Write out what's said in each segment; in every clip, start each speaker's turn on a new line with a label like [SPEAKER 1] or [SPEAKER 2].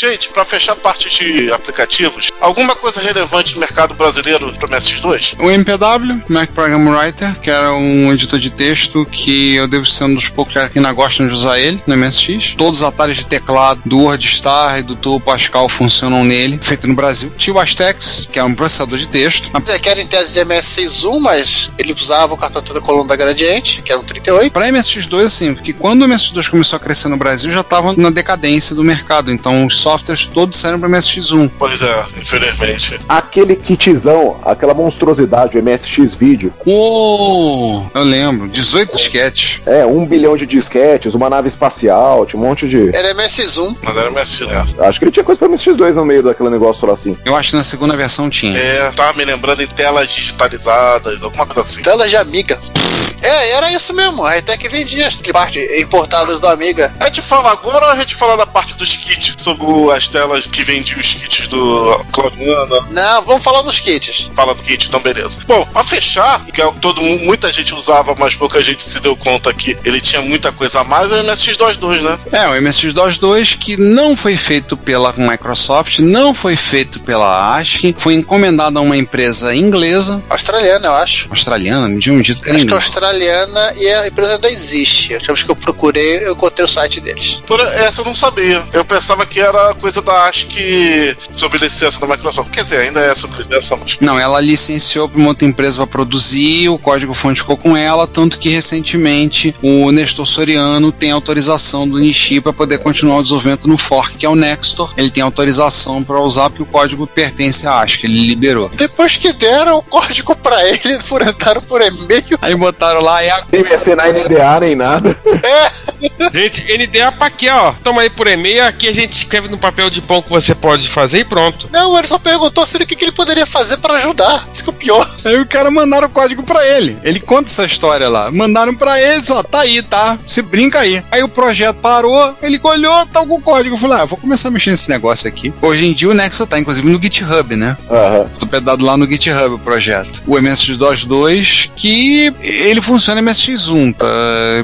[SPEAKER 1] Gente, pra fechar a parte de aplicativos, alguma coisa relevante no mercado brasileiro pro MS2?
[SPEAKER 2] O MPW, Mac Program Writer, que era um editor de texto que eu devo ser um dos poucos caras que ainda gostam de usar ele no MSX. Todos os atalhos de teclado do WordStar e do Turbo Pascal funcionam nele, feito no Brasil. Tio Astex, que é um processador de texto. A-
[SPEAKER 3] É, que era em tese MS61, mas ele usava o cartão toda coluna da Gradiente, que era um 38.
[SPEAKER 2] Pra MSX2, assim, porque quando o MSX2 começou a crescer no Brasil, já tava na decadência do mercado. Então os softwares todos saíram pra MSX1.
[SPEAKER 1] Pois é, infelizmente.
[SPEAKER 4] Aquele kitzão, aquela monstruosidade, o MSX Video.
[SPEAKER 2] Uou! Eu lembro, 18 disquetes.
[SPEAKER 4] É, um bilhão de disquetes, uma nave espacial, tinha um monte de.
[SPEAKER 3] Era MS1.
[SPEAKER 1] Mas era MS, né?
[SPEAKER 4] Acho que ele tinha coisa pra MSX2 no meio daquele negócio lá assim.
[SPEAKER 2] Eu acho que na segunda versão tinha.
[SPEAKER 1] É, tava me lembrando em telas digitalizadas, alguma coisa assim.
[SPEAKER 3] Tela de Amiga. É, era isso mesmo. A Hightech vendia as parte importadas do Amiga.
[SPEAKER 1] A gente fala agora ou a gente fala da parte dos kits, sobre o- as telas que vendiam os kits do Cloniana?
[SPEAKER 3] Não, vamos falar nos kits.
[SPEAKER 1] Fala do kit, então beleza. Bom, pra fechar, que é o que todo mundo, muita gente usava, mas pouca gente se deu conta que ele tinha muita coisa a mais, é o MSX22, né?
[SPEAKER 2] É, o MSX-DOS 2, que não foi feito pela Microsoft, não foi feito pela ASCII, foi encomendado a uma empresa inglesa,
[SPEAKER 3] Australiana, eu acho.
[SPEAKER 2] australiana, me tinha um dito que era
[SPEAKER 3] Acho que é
[SPEAKER 2] inglesa.
[SPEAKER 3] australiana e a empresa ainda existe. A última vez que eu procurei, eu encontrei o site deles.
[SPEAKER 1] Por essa eu não sabia. Eu pensava que era coisa da ASCII sob licença da Microsoft. Quer dizer, ainda é sob licença, mas.
[SPEAKER 2] Não, ela licenciou para uma outra empresa para produzir, o código-fonte ficou com ela, tanto que recentemente o Nestor Soriano tem autorização do Nishi para poder continuar o desenvolvimento no fork, que é o Nextor. Ele tem autorização para usar porque o código pertence à ASCII, ele liberou.
[SPEAKER 3] Depois que deram o código pra ele, por entraram por e-mail.
[SPEAKER 2] Aí botaram lá e a
[SPEAKER 4] Nem mercenário, nem DA, nem nada.
[SPEAKER 5] Gente, NDA pra quê, ó? Toma aí por e-mail, aqui a gente escreve no papel de pão que você pode fazer e pronto.
[SPEAKER 3] Não, ele só perguntou se ele, o que, que ele poderia fazer pra ajudar. Isso que é o pior.
[SPEAKER 2] Aí o cara mandaram o código pra ele. Ele conta essa história lá. Mandaram pra ele, só tá aí, tá? Se brinca aí. Aí o projeto parou, ele olhou, tá com o código. Eu falei, ah, vou começar a mexer nesse negócio aqui. Hoje em dia o Nexo tá, inclusive, no GitHub, né?
[SPEAKER 4] Aham.
[SPEAKER 2] Tô pedado lá no GitHub o projeto. O MSX-DOS 2, que ele funciona em MSX1, tá?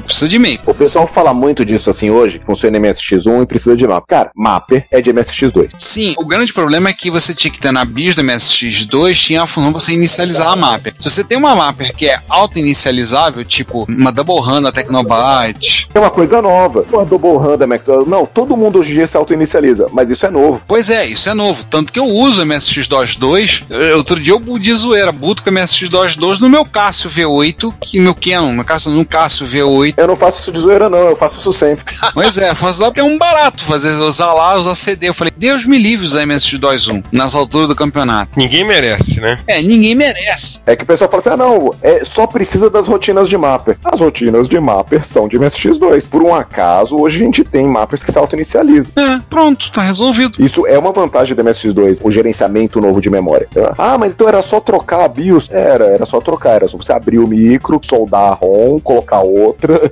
[SPEAKER 2] Precisa de mim.
[SPEAKER 4] O pessoal fala muito disso assim hoje, que funciona em MSX1 e precisa de mapa. Cara, mapper é de MSX2.
[SPEAKER 2] Sim, o grande problema é que você tinha que ter na BIOS do MSX2 tinha a função pra você inicializar a mapper. Se você tem uma mapper que é auto-inicializável, tipo uma Double Run da Tecnobyte.
[SPEAKER 4] É uma coisa nova. Pô, Double Hand, é McDonald's. Não, todo mundo hoje em dia se auto-inicializa, mas isso é novo.
[SPEAKER 2] Pois é, isso é novo. Tanto que eu uso o MSX-DOS 2. Eu- Outro dia eu de zoeira, buto com o MSX-DOS 2 no meu Cássio V8, que meu Canon, meu Cássio, no Cássio V8.
[SPEAKER 4] Eu não faço isso de zoeira, não, eu faço isso sempre.
[SPEAKER 2] Pois é, faço lá porque é um barato fazer, usar lá, usar CD. Eu falei, Deus me livre usar MSX-DOS 1 nas alturas do campeonato.
[SPEAKER 5] Ninguém merece, né?
[SPEAKER 2] É, ninguém merece.
[SPEAKER 4] É que o pessoal fala assim: ah, não, é, só precisa das rotinas de mapper. As rotinas de mapper são de MSX2. Por um acaso, hoje a gente tem mappers que se auto-inicializam.
[SPEAKER 2] É, pronto, tá resolvido.
[SPEAKER 4] Isso é uma vantagem do MSX2, o gerenciamento novo de memória. Ah, mas então era só trocar a BIOS? Era, era só trocar. Era só você abrir o micro, soldar a ROM, colocar outra.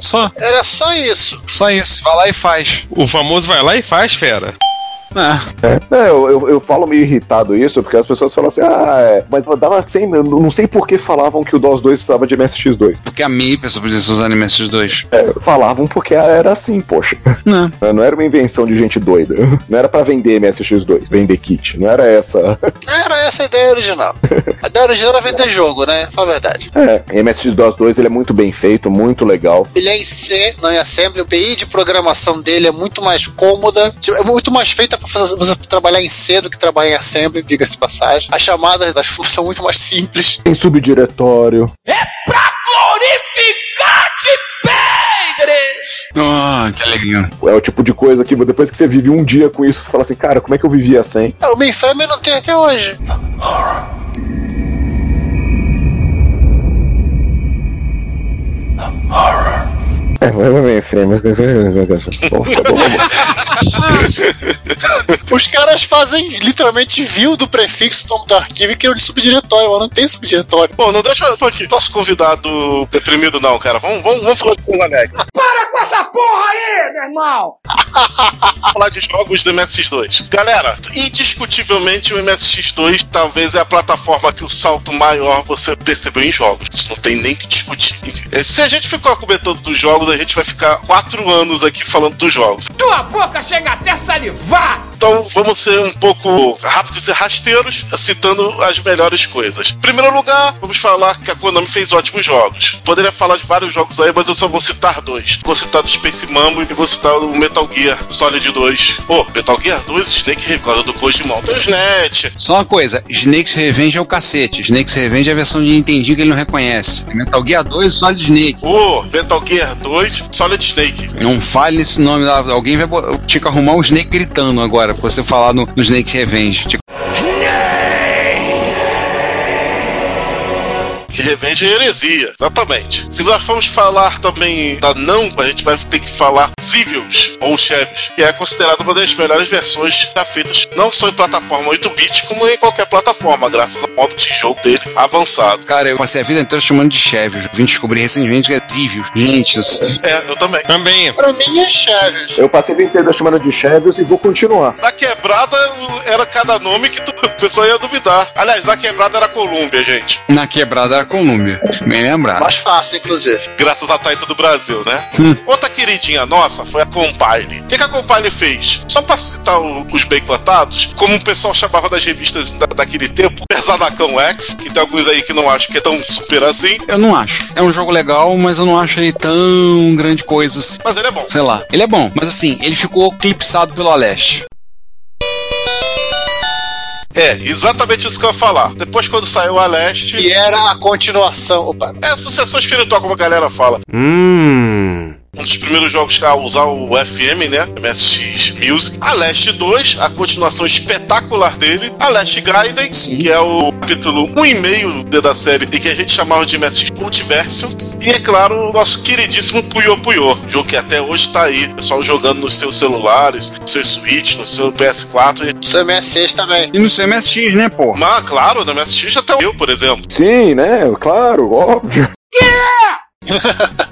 [SPEAKER 2] Só,
[SPEAKER 3] Era só isso.
[SPEAKER 2] só isso. Vai lá e faz.
[SPEAKER 5] O famoso vai lá e faz, fera.
[SPEAKER 2] Ah,
[SPEAKER 4] É, eu, eu, eu falo meio irritado isso, porque as pessoas falam assim, ah, é, mas dava 100, eu não sei por que falavam que o DOS 2 precisava de MSX2.
[SPEAKER 2] porque a MIP pessoa precisa usar no MSX2.
[SPEAKER 4] É, falavam porque era assim, poxa.
[SPEAKER 2] Não.
[SPEAKER 4] Ah, Não era uma invenção de gente doida. Não era pra vender MSX2, vender kit. Não era essa.
[SPEAKER 3] Era essa a ideia original. A ideia original era vender jogo, né? Fala a verdade.
[SPEAKER 4] É, MSX-DOS 2 ele é muito bem feito, muito legal.
[SPEAKER 3] Ele é em C, não em Assembly. O PI de programação dele é muito mais cômoda. Tipo, É muito mais feita pra fazer- você trabalhar em C do que trabalhar em Assembly, diga-se de passagem. As chamadas das funções são muito mais simples.
[SPEAKER 4] Tem subdiretório.
[SPEAKER 6] Glorificar de Pedres!
[SPEAKER 2] Ah, que legal.
[SPEAKER 4] É o tipo de coisa que depois que você vive um dia com isso, você fala assim, cara, como é que eu vivia sem?
[SPEAKER 3] Ah, o mainframe eu não tenho até hoje.
[SPEAKER 4] É, mas o mainframe, mas... Bom, tá bom, vamos-
[SPEAKER 3] Os caras fazem literalmente view do prefixo do nome do arquivo e criam de subdiretório, mas não tem subdiretório.
[SPEAKER 1] Bom, não deixa eu- pô, aqui, nosso convidado deprimido, não, cara. Vamos, vamos, vamos falar com o Lanex. Vamos falar de jogos do MSX2. Galera, indiscutivelmente o MSX2 talvez é a plataforma que o salto maior você percebeu em jogos. Isso não tem nem que discutir. Se a gente ficar comentando dos jogos, a gente vai ficar quatro anos aqui falando dos jogos.
[SPEAKER 6] Tua boca chega até salivar!
[SPEAKER 1] Então vamos ser um pouco rápidos e rasteiros, citando as melhores coisas. Em primeiro lugar, vamos falar que a Konami fez ótimos jogos. Poderia falar de vários jogos aí, mas eu só vou citar dois. Vou citar do Space Mambo e vou citar o Metal Gear Solid 2. Pô, Metal Gear 2, Snake Recorda do Kojimon. Tem o Snatch.
[SPEAKER 2] Só uma coisa, Snake's Revenge é o cacete. Snake's Revenge é a versão de Nintendinho que ele não reconhece. Metal Gear 2, Solid Snake.
[SPEAKER 1] Pô, Metal Gear 2, Solid Snake.
[SPEAKER 2] Não fale nesse nome. lá. Alguém vai. bo- Tinha que arrumar o Snake gritando agora, pra você falar no, no Snake's Revenge. Tinha-
[SPEAKER 1] Que revenge é heresia, exatamente. Se nós formos falar também da não, a gente vai ter que falar Zivils, ou Chefs, que é considerada uma das melhores versões já feitas, não só em plataforma 8-bit, como em qualquer plataforma, graças ao modo de jogo dele avançado.
[SPEAKER 2] Cara, eu passei a vida inteira chamando de Chevios. Vim descobrir recentemente que é Zivios. Gente, eu sei.
[SPEAKER 1] É, eu também.
[SPEAKER 5] Também.
[SPEAKER 3] Pra mim é Chaves.
[SPEAKER 4] Eu passei 20 anos chamando de Chevios e vou continuar.
[SPEAKER 1] Na quebrada o- era cada nome que tu, o pessoal ia duvidar. Aliás, na quebrada era Colômbia, gente.
[SPEAKER 2] na quebrada era Colômbia. Me lembra?
[SPEAKER 3] Mais fácil, inclusive.
[SPEAKER 1] Graças à Taita do Brasil, né?
[SPEAKER 2] Hum.
[SPEAKER 1] Outra queridinha nossa foi a Compile. O que, que a Compile fez? Só pra citar o- os beicotados, como o pessoal chamava das revistas da- daquele tempo, Pesadacão X, que tem alguns aí que não acho que é tão super assim,
[SPEAKER 2] Eu não acho. É um jogo legal, mas eu não acho ele tão grande coisa assim.
[SPEAKER 1] mas ele é bom.
[SPEAKER 2] Sei lá. Ele é bom, mas assim, ele ficou clipsado pelo Aleste.
[SPEAKER 1] É, exatamente isso que eu ia falar. Depois, quando saiu a Leste.
[SPEAKER 3] E era a continuação. Opa,
[SPEAKER 1] É sucessão espiritual, como a galera fala. Um dos primeiros jogos a usar o FM, né? MSX Music. A Leste 2, a continuação espetacular dele. A Leste Gaiden,
[SPEAKER 2] Sim.
[SPEAKER 1] que é o capítulo 1,5 da- da série e que a gente chamava de MSX Multiverso. E é claro, o nosso queridíssimo Puyo Puyo. Jogo que até hoje tá aí. O Pessoal jogando nos seus celulares, no seu Switch, no seu PS4. E-
[SPEAKER 3] sou MSX é também.
[SPEAKER 2] E no seu MSX, né, pô?
[SPEAKER 1] Mas, claro, no MSX até tá eu, por exemplo.
[SPEAKER 4] Sim, né? Claro, óbvio.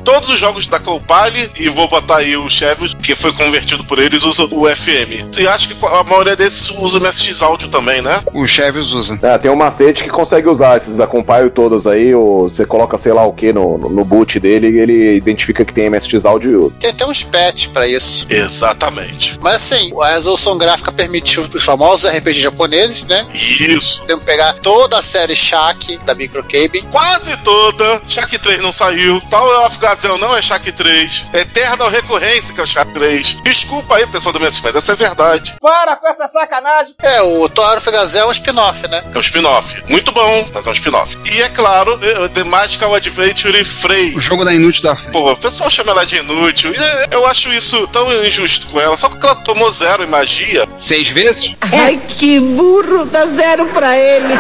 [SPEAKER 1] todos os jogos da Compile e vou botar aí o Chevys, que foi convertido por eles, usa o FM. E acho que a maioria desses usa o MSX Audio também, né?
[SPEAKER 2] O Chevios usa.
[SPEAKER 4] É, tem um macete que consegue usar esses da Compile todos aí, ou você coloca sei lá o que no, no boot dele e ele identifica que tem MSX áudio e usa.
[SPEAKER 3] Tem até uns patch pra isso.
[SPEAKER 1] Exatamente.
[SPEAKER 3] Mas assim, a resolução gráfica permitiu os famosos RPG japoneses, né?
[SPEAKER 1] Isso.
[SPEAKER 3] Podemos pegar toda a série Shaq da Microcabe.
[SPEAKER 1] Quase toda. Shaq 3 não saiu. Tal of Gazel não é Shaq 3. Eternal Recorrência que é o Shaq 3. Desculpa aí, pessoal do MSX, mas essa é verdade.
[SPEAKER 6] Para com essa sacanagem!
[SPEAKER 3] É, o Toro Figazel é um spin-off, né?
[SPEAKER 1] É um spin-off. Muito bom, mas é um spin-off. E é claro, eh, The Magical Adventure Frey.
[SPEAKER 2] O jogo da Inútil da Frente.
[SPEAKER 1] Pô, o pessoal chama ela de inútil. E é, Eu acho isso tão injusto com ela. Só porque ela tomou zero em magia.
[SPEAKER 2] Seis vezes?
[SPEAKER 7] Ai, que burro! Dá zero pra ele!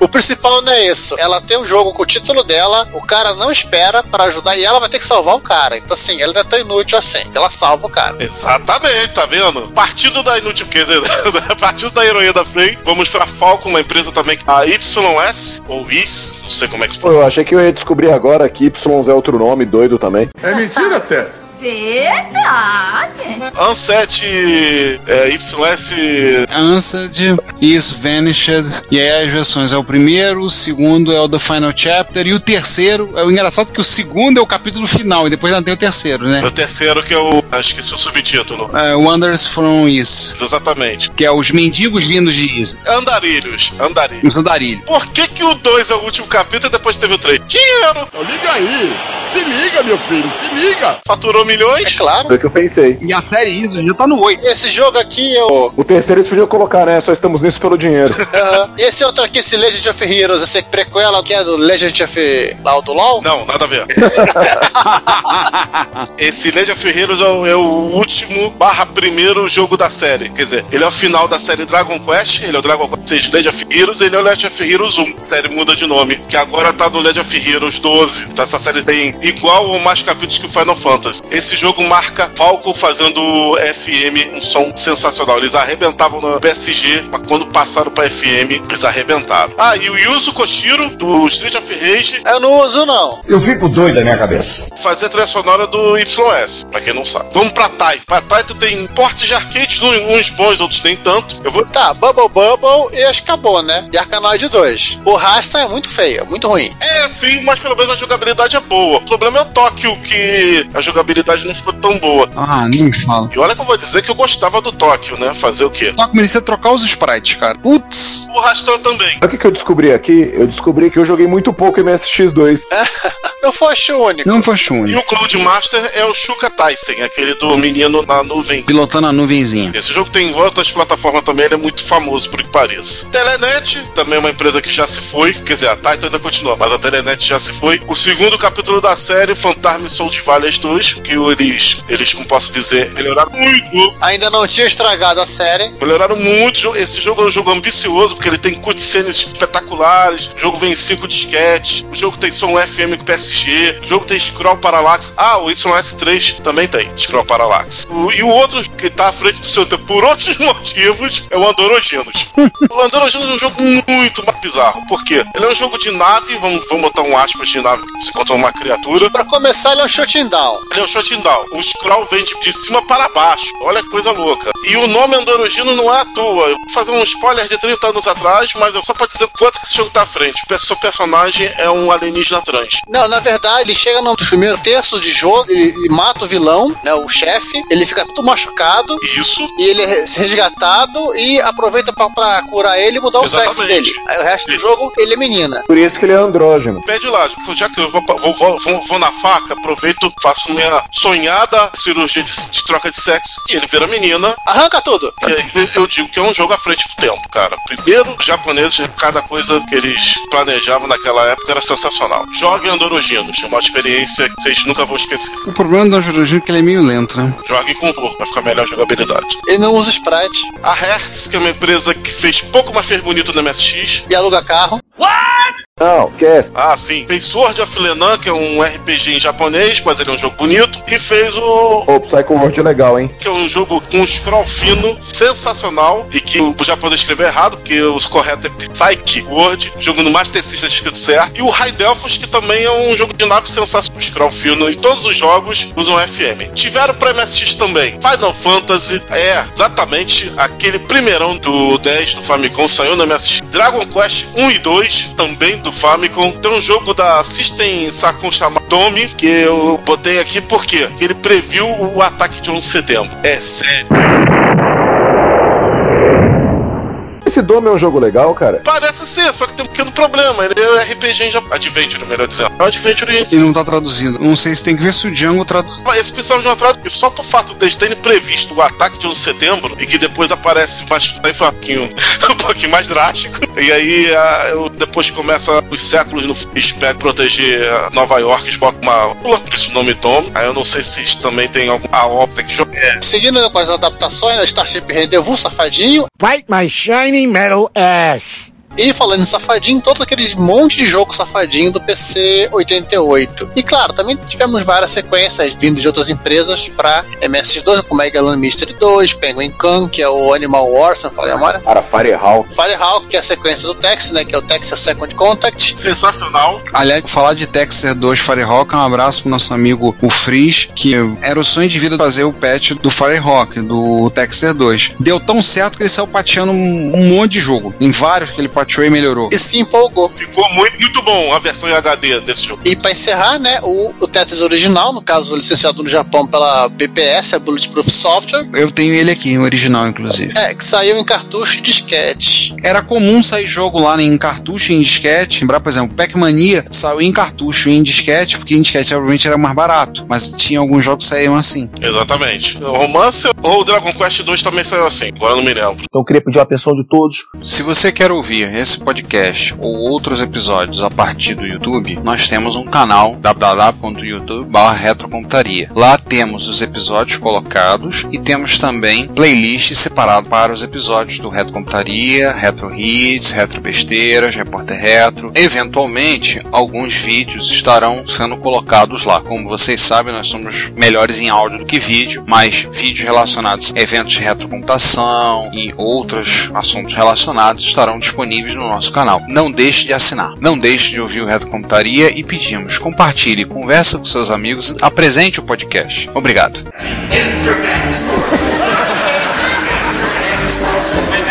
[SPEAKER 3] O principal não é isso. Ela tem um jogo com o título dela, o cara não espera pra ajudar e ela vai ter que salvar o cara. Então, assim, ela não é tão inútil assim. Ela salva o cara.
[SPEAKER 1] Exatamente, tá vendo? Partindo da inútil, quer dizer, partindo da heroína da Frey, vamos pra Falcon, uma empresa também, a YS, ou IS, não sei como é que se
[SPEAKER 4] Pô,
[SPEAKER 1] fala.
[SPEAKER 4] eu achei que eu ia descobrir agora que Y é outro nome, doido também.
[SPEAKER 7] Verdade!
[SPEAKER 1] Anset é, YS.
[SPEAKER 2] Answered is Vanished. E aí as versões é o primeiro, o segundo é o The Final Chapter e o terceiro. É o engraçado que o segundo é o capítulo final e depois ainda tem o terceiro, né?
[SPEAKER 1] É o terceiro que eu. Ah, esqueci o subtítulo.
[SPEAKER 2] É, Wonders from Is,
[SPEAKER 1] Exatamente.
[SPEAKER 2] que é os mendigos vindos de Is,
[SPEAKER 1] Andarilhos. Andarilhos.
[SPEAKER 2] os andarilhos.
[SPEAKER 1] Por que, que o 2 é o último capítulo e depois teve o 3? Dinheiro!
[SPEAKER 6] Então liga aí!
[SPEAKER 8] Se liga, meu filho, se liga.
[SPEAKER 1] Faturou
[SPEAKER 3] É
[SPEAKER 1] milhões?
[SPEAKER 3] claro.
[SPEAKER 4] Foi o que eu pensei.
[SPEAKER 2] E a série ISO já tá no 8.
[SPEAKER 3] Esse jogo aqui é o.
[SPEAKER 4] O terceiro eles podiam colocar, né? Só estamos nisso pelo dinheiro.
[SPEAKER 3] Aham. Esse outro aqui, esse Legend of Heroes, esse prequela que é do Legend of. lá o do LOL.
[SPEAKER 1] Não, nada a ver.
[SPEAKER 2] Ah,
[SPEAKER 1] Esse Legend of Heroes é o, é o último barra primeiro jogo da série. Quer dizer, ele é o final da série Dragon Quest, ele é o Dragon Quest 6 Legend of Heroes, ele é o Legend of Heroes 1. A série muda de nome, que agora tá no Legend of Heroes 12. Tá, Essa série tem igual ou mais capítulos que o Final Fantasy. Esse jogo marca Falco fazendo FM, um som sensacional. Eles arrebentavam na PSG, mas quando passaram pra FM, eles arrebentaram. Ah, e o Yuzo Koshiro, do Street of Rage,
[SPEAKER 3] Eu não uso, não.
[SPEAKER 8] Eu fico doido da minha cabeça.
[SPEAKER 1] fazer a trilha sonora do YS, pra quem não sabe. Vamos pra Tai. Pra Tai tu tem portes de arcade, um- uns bons, outros nem tanto. Eu vou.
[SPEAKER 3] Tá, Bubble Bubble e acho que acabou, né? E Arcanoid 2. O Rasta é muito feio, é muito ruim.
[SPEAKER 1] É, fim, mas pelo menos a jogabilidade é boa. O problema é o Tóquio, que a jogabilidade não ficou tão boa.
[SPEAKER 2] Ah, nem me fala.
[SPEAKER 1] E olha que eu vou dizer que eu gostava do Tóquio, né? Fazer o quê?
[SPEAKER 2] Só que merecia trocar os sprites, cara. Putz.
[SPEAKER 1] O Rastan também.
[SPEAKER 4] Sabe o que, que eu descobri aqui? Eu descobri que eu joguei muito pouco MSX2.
[SPEAKER 3] Não fosse o único.
[SPEAKER 2] Não foi chune.
[SPEAKER 1] E o Cloud Master é o Shuka Tyson, aquele do menino na nuvem.
[SPEAKER 2] Pilotando a nuvenzinha.
[SPEAKER 1] Esse jogo tem em outras plataformas também, ele é muito famoso, por que pareça. Telenet, também é uma empresa que já se foi, quer dizer, a Titan ainda continua, mas a Telenet já se foi. O segundo capítulo da série, Fantasma e Soul de Valhas 2, que eles, eles, como posso dizer, melhoraram muito.
[SPEAKER 3] Ainda não tinha estragado a série.
[SPEAKER 1] Melhoraram muito. Esse jogo é um jogo ambicioso, porque ele tem cutscenes espetaculares. O jogo vem em 5 disquetes. O jogo tem som FM com PSG. O jogo tem Scroll Parallax. Ah, o YS3 também tem Scroll Parallax. O- e o outro que tá à frente do seu tempo, por outros motivos, é o Andorogenos. o Andorogenos é um jogo muito mais bizarro. Por quê? Ele é um jogo de nave. Vamos, vamos botar um aspas de nave pra você controla uma criatura.
[SPEAKER 3] Pra começar, ele é um shutting down.
[SPEAKER 1] Ele é o shutting down. O scroll vem de, de cima para baixo. Olha que coisa louca. E o nome Andorogino não é à toa. Eu vou fazer um spoiler de 30 anos atrás, mas é só pra dizer quanto que esse jogo tá à frente. O pe- seu personagem é um alienígena trans.
[SPEAKER 3] Não, na verdade, ele chega no primeiro terço de jogo e, e mata o vilão, né? O chefe. Ele fica todo machucado.
[SPEAKER 1] Isso.
[SPEAKER 3] E ele é re- resgatado e aproveita pra, pra curar ele e mudar o sexo
[SPEAKER 1] Exatamente.
[SPEAKER 3] dele. Aí o resto do jogo, ele é menina.
[SPEAKER 4] Por isso que ele é andrógeno.
[SPEAKER 1] Pede lá, já que eu vou, vou- vou- vou- vou na faca, aproveito, faço minha sonhada cirurgia de, de troca de sexo e ele vira menina.
[SPEAKER 3] Arranca tudo!
[SPEAKER 1] E aí Eu digo que é um jogo à frente do tempo, cara. Primeiro, os japoneses, cada coisa que eles planejavam naquela época era sensacional. Joguem Andoroginos, é uma experiência que vocês nunca vão esquecer.
[SPEAKER 2] O problema do Anjorogino é que ele é meio lento, né?
[SPEAKER 1] Joguem com humor, vai ficar melhor a jogabilidade.
[SPEAKER 3] Ele não usa sprite
[SPEAKER 1] A Hertz, que é uma empresa que fez pouco, mas fez bonito no MSX.
[SPEAKER 3] e aluga carro.
[SPEAKER 4] Não, esquece.
[SPEAKER 1] Ah, sim. Fez Sword of Lenan, que é um RPG em japonês, mas ele é um jogo bonito. E fez o
[SPEAKER 4] Ô, Psycho World é legal, hein?
[SPEAKER 1] que é um jogo com um scroll fino, sensacional, e que o Japão escreveu errado, porque o correto é Psyche World, jogo no Master System escrito certo, e o High Delphos, que também é um jogo de nave sensacional, scroll fino, e todos os jogos usam FM. Tiveram pra MSX também. Final Fantasy é exatamente aquele primeirão do 10 do Famicom, saiu no MSX. Dragon Quest 1 e 2, também do Famicom. Tem um jogo da System Sakon chamado Dome, que eu botei aqui porque ele previu o ataque de 11 de setembro. É sério.
[SPEAKER 4] Esse Dome é um jogo legal, cara.
[SPEAKER 1] Parece ser, só que tem um pequeno problema. Ele é um RPG em Japão. Adventure, melhor dizendo. É um Adventure em
[SPEAKER 2] E não tá traduzindo. Não sei se tem que ver se o Django traduz.
[SPEAKER 1] esse precisava de uma tradução. E só por fato deles terem previsto o ataque de 11 de setembro e que depois aparece mais, aí foi um pouquinho, um pouquinho mais drástico. E aí a- eu- depois começa os séculos no espero proteger a ah, Nova York, eles botam uma pula por esse nome Dom. Aí eu não sei se isso também tem alguma a ópera que joga.
[SPEAKER 3] Seguindo com as adaptações, né, Starship Rendezvous, Safadinho.
[SPEAKER 8] Bite my shiny metal ass.
[SPEAKER 3] E falando em Safadinho, todos aqueles monte de jogo Safadinho do PC 88. E claro, também tivemos várias sequências vindo de outras empresas pra MS2, como Megalan Mystery 2, Penguin Khan, que é o Animal Wars, se não falei a memória.
[SPEAKER 4] Cara, Firehawk.
[SPEAKER 3] Firehawk, que é a sequência do Texas, né? Que é o Texas Second Contact.
[SPEAKER 1] Sensacional.
[SPEAKER 2] Aliás, falar de Texas 2 Firehawk, um abraço pro nosso amigo o Frizz, que era o sonho de vida fazer o patch do Firehawk, do Texas 2. Deu tão certo que ele saiu pateando um, um monte de jogo. Em vários que ele Trey melhorou.
[SPEAKER 3] E se empolgou.
[SPEAKER 1] Ficou muito, muito bom a versão em HD desse jogo.
[SPEAKER 3] E pra encerrar, né, o, o Tetris original, no caso licenciado no Japão pela BPS, a é Bulletproof Software,
[SPEAKER 2] Eu tenho ele aqui, o original, inclusive.
[SPEAKER 3] é, que saiu em cartucho e disquete.
[SPEAKER 2] Era comum sair jogo lá em cartucho e em disquete. Lembrar, por exemplo, Pac-Mania saiu em cartucho e em disquete, porque em disquete obviamente era mais barato. Mas tinha alguns jogos que saíam assim.
[SPEAKER 1] Exatamente. O Romance ou o Dragon Quest 2 também saiu assim, agora eu não me lembro.
[SPEAKER 8] Então eu queria pedir a atenção de todos.
[SPEAKER 2] Se você quer ouvir esse podcast ou outros episódios a partir do YouTube, nós temos um canal www.youtube.com/retrocomputaria. Lá temos os episódios colocados e temos também playlist separado para os episódios do Retro Computaria, Retro Hits, Retro Besteiras, Repórter Retro. Eventualmente, alguns vídeos estarão sendo colocados lá. Como vocês sabem, nós somos melhores em áudio do que vídeo, mas vídeos relacionados a eventos de retrocomputação e outros assuntos relacionados estarão disponíveis no nosso canal. Não deixe de assinar, não deixe de ouvir o Retrocomputaria e pedimos, compartilhe, conversa com seus amigos, apresente o podcast. Obrigado.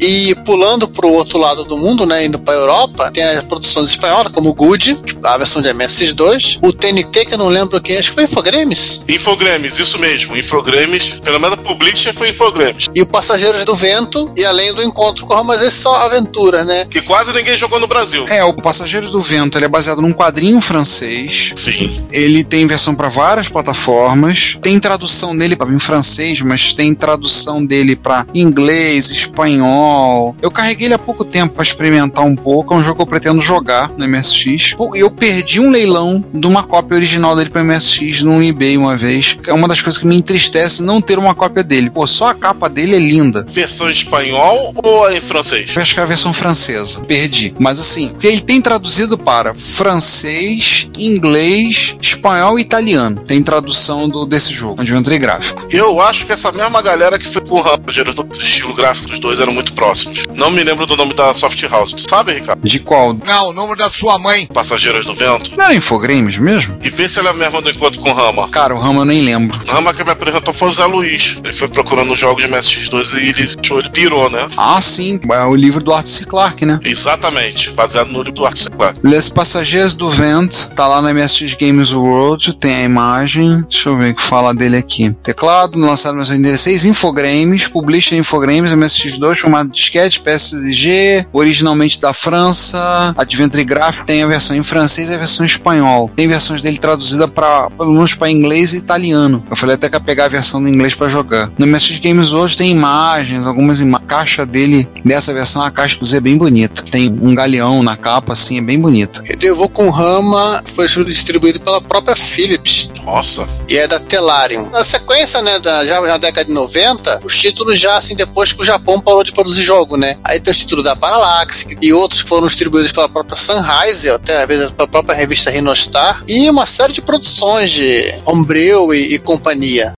[SPEAKER 3] E pulando pro outro lado do mundo, né, indo pra Europa, tem as produções espanholas, como o Good, a versão de MSX2, o TNT, que eu não lembro quem, acho que foi Infogrames,
[SPEAKER 1] Infogrames, isso mesmo, Infogrames. Pelo menos a Publisher foi Infogrames.
[SPEAKER 3] e o Passageiros do Vento, e além do Encontro com o Mas esse é só aventura, né?
[SPEAKER 1] Que quase ninguém jogou no Brasil.
[SPEAKER 2] É, o Passageiro do Vento ele é baseado num quadrinho francês
[SPEAKER 1] Sim.
[SPEAKER 2] Ele tem versão para várias plataformas. Tem tradução dele para em francês, mas tem tradução dele para inglês, espanhol. Eu carreguei ele há pouco tempo para experimentar um pouco. É um jogo que eu pretendo jogar no MSX. Pô, Eu perdi um leilão de uma cópia original dele para MSX no eBay uma vez. É uma das coisas que me entristece não ter uma cópia dele. Pô, só a capa dele é linda.
[SPEAKER 1] Versão em espanhol ou em francês?
[SPEAKER 2] Eu acho que é a versão francesa. Perdi. Mas assim, ele tem traduzido para francês, inglês, espanhol e italiano. Tem tradução do, desse jogo, Adventure Gráfico.
[SPEAKER 1] Eu acho que essa mesma galera que foi com o Rambo, gerou o estilo gráfico dos dois, eram muito próximos. Não me lembro do nome da Soft House. Tu sabe, Ricardo?
[SPEAKER 2] De qual? Não
[SPEAKER 8] Não, o nome da sua mãe.
[SPEAKER 1] Passageiros do Vento.
[SPEAKER 2] era Infogrames mesmo?
[SPEAKER 1] E vê se ela é a mesma do encontro com o Rama.
[SPEAKER 2] Cara, o Rama eu nem lembro.
[SPEAKER 1] O Rama que me apresentou foi o Zé Luiz. Ele foi procurando os jogos de MSX2 e ele, achou- ele pirou, né?
[SPEAKER 2] Ah, sim, é o livro do Arthur C. Clarke, né?
[SPEAKER 1] Exatamente. Baseado no livro do Arthur C. Clarke.
[SPEAKER 2] Les Passageiros do Vento, tá lá na MSX Games World, tem a imagem, deixa eu ver o que fala dele aqui. Teclado, lançado em 1916, Infogrames, publisher Infogrames, MSX2, formato disquete, PSG, originalmente da França, Adventure Graphic, tem a versão em francês e a versão em espanhol. Tem versões dele traduzida para pelo menos para inglês e italiano. Eu falei até que ia pegar a versão do inglês para jogar. No MSX Games World tem imagens, algumas imagens. A caixa dele, dessa versão, é uma caixa que é bem bonita. Tem um galeão na capa, assim, é bem bonita.
[SPEAKER 3] Eu vou com Rama, foi distribuído pela própria Philips,
[SPEAKER 1] Nossa.
[SPEAKER 3] e é da Telarium. Na sequência, né, da, já na década de 90, os títulos já, assim, depois que o Japão parou de produzir jogo, né? Aí tem os títulos da Parallax e outros que foram distribuídos pela própria Sunrise, até às vezes pela própria revista Rinostar, e uma série de produções de Homebrew e, e companhia.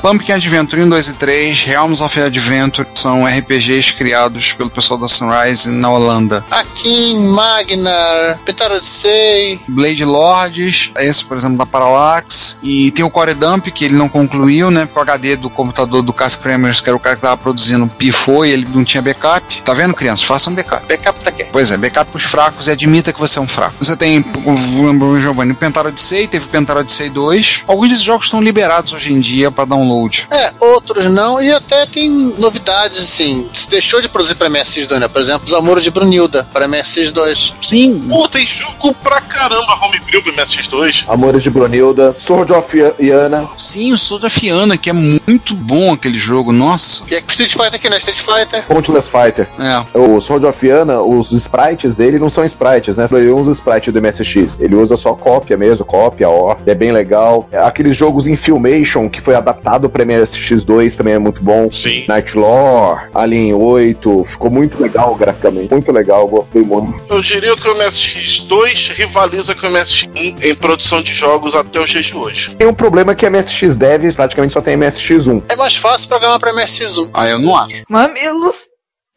[SPEAKER 2] Pumpkin Adventure 1, 2 e 3, Realms of Adventure, são RPGs criados pelo pessoal da Sunrise na Holanda.
[SPEAKER 3] Akin, Magnar, Pentaro Odyssey,
[SPEAKER 2] Blade Lords, esse, por exemplo, da Parallax, e tem o Core Dump, que ele não concluiu, né, porque o HD do computador do Cass Kremers, que era o cara que tava produzindo, pifou e ele não tinha backup. Tá vendo, crianças? Façam backup.
[SPEAKER 3] backup pra quê?
[SPEAKER 2] Pois é, backup pros fracos e admita que você é um fraco. Você tem, o Giovanni, o Pentaro Odyssey, teve o Pentaro Odyssey 2. Alguns desses jogos estão liberados hoje em dia pra download.
[SPEAKER 3] É, outros não, e até tem novidades, assim, se deixou de produzir pra MSX2, né? Por exemplo, Zamuro de Brunilda, pra MSX2.
[SPEAKER 2] Sim.
[SPEAKER 1] Pô, tem jogo pra caramba, Homebrew pro MSX2.
[SPEAKER 4] Amores de Brunilda, Sword of Iana.
[SPEAKER 2] Sim, o Soul da Fiana, que é muito bom aquele jogo, nossa.
[SPEAKER 3] E é Street Fighter que não é Street Fighter.
[SPEAKER 4] Frontless Fighter.
[SPEAKER 2] É,
[SPEAKER 4] O Sword of Iana, os sprites dele não são sprites, né? Ele usa sprite do MSX. Ele usa só cópia mesmo, cópia, ó. É bem legal. Aqueles jogos em Filmation, que foi adaptado pra MSX2, também é muito bom.
[SPEAKER 1] Sim.
[SPEAKER 4] Nightlore, Alien 8, ficou muito legal graficamente. Muito legal, gostei muito.
[SPEAKER 1] Eu diria que o MSX2 rivaliza com o MSX1 em produção de jogos até os dias de hoje.
[SPEAKER 4] Tem um problema que MSX Dev praticamente só tem MSX1.
[SPEAKER 3] É mais fácil programar pra MSX1.
[SPEAKER 2] aí eu não Ah, acho.
[SPEAKER 7] Mamilos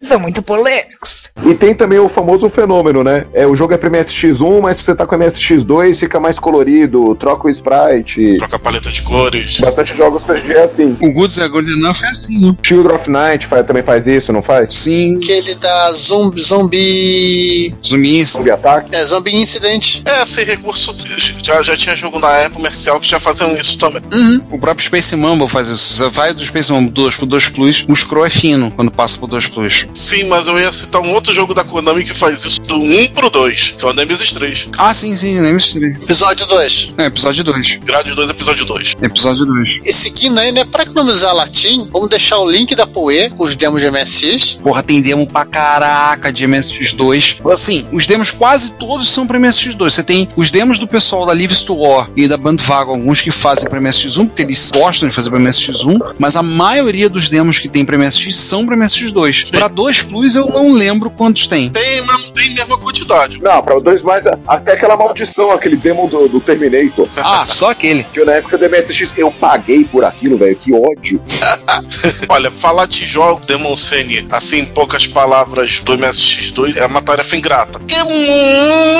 [SPEAKER 9] São muito polêmicos.
[SPEAKER 4] E tem também o famoso fenômeno, né? É, o jogo é pra MSX1, mas se você tá com MSX2, fica mais colorido, troca o sprite.
[SPEAKER 1] Troca a paleta de cores.
[SPEAKER 4] Bastante jogos é assim.
[SPEAKER 2] O Goods é Good Enough é assim, né?
[SPEAKER 4] Children of Night faz- também faz isso, não faz?
[SPEAKER 2] Sim.
[SPEAKER 3] Aquele da zumbi. zumbi.
[SPEAKER 2] Zumis.
[SPEAKER 4] Zombie Attack.
[SPEAKER 3] É, zumbi incidente.
[SPEAKER 1] É, sem recurso. Já, já tinha jogo na época comercial que já faziam isso também.
[SPEAKER 2] O próprio Space Mumble faz isso. Você vai do Space Mumble 2 pro 2 Plus, o scroll é fino quando passa pro 2 Plus.
[SPEAKER 1] Sim, mas eu ia citar um outro jogo da Konami que faz isso do 1 pro 2, que é o Nemesis 3.
[SPEAKER 2] Ah, sim, sim, lembro disso.
[SPEAKER 3] Episódio 2.
[SPEAKER 2] É, episódio 2.
[SPEAKER 1] Grade 2, episódio 2.
[SPEAKER 2] Episódio 2.
[SPEAKER 3] E seguindo aí, né? Pra economizar latim, vamos deixar o link da Poe com os demos de MSX.
[SPEAKER 2] Porra, tem demo pra caraca de MSX2. Assim, os demos quase todos são pra MSX2. Você tem os demos do pessoal da Lives to War e da Bandwagon, alguns que fazem pra MSX1, porque eles gostam de fazer pra MSX1, mas a maioria dos demos que tem pra MSX são pra MSX2. Pra 2 Plus eu não lembro quantos tem.
[SPEAKER 1] Tem, mas não tem a mesma quantidade.
[SPEAKER 4] Não, pra o 2 mais, até aquela maldição, aquele demo do, do Terminator.
[SPEAKER 2] Ah, só aquele.
[SPEAKER 4] Que eu, na época do MSX, eu paguei por aquilo, velho, que ódio.
[SPEAKER 1] Olha, falar de jogo Demon Sene, assim, em poucas palavras do MSX2, é uma tarefa ingrata. Porque é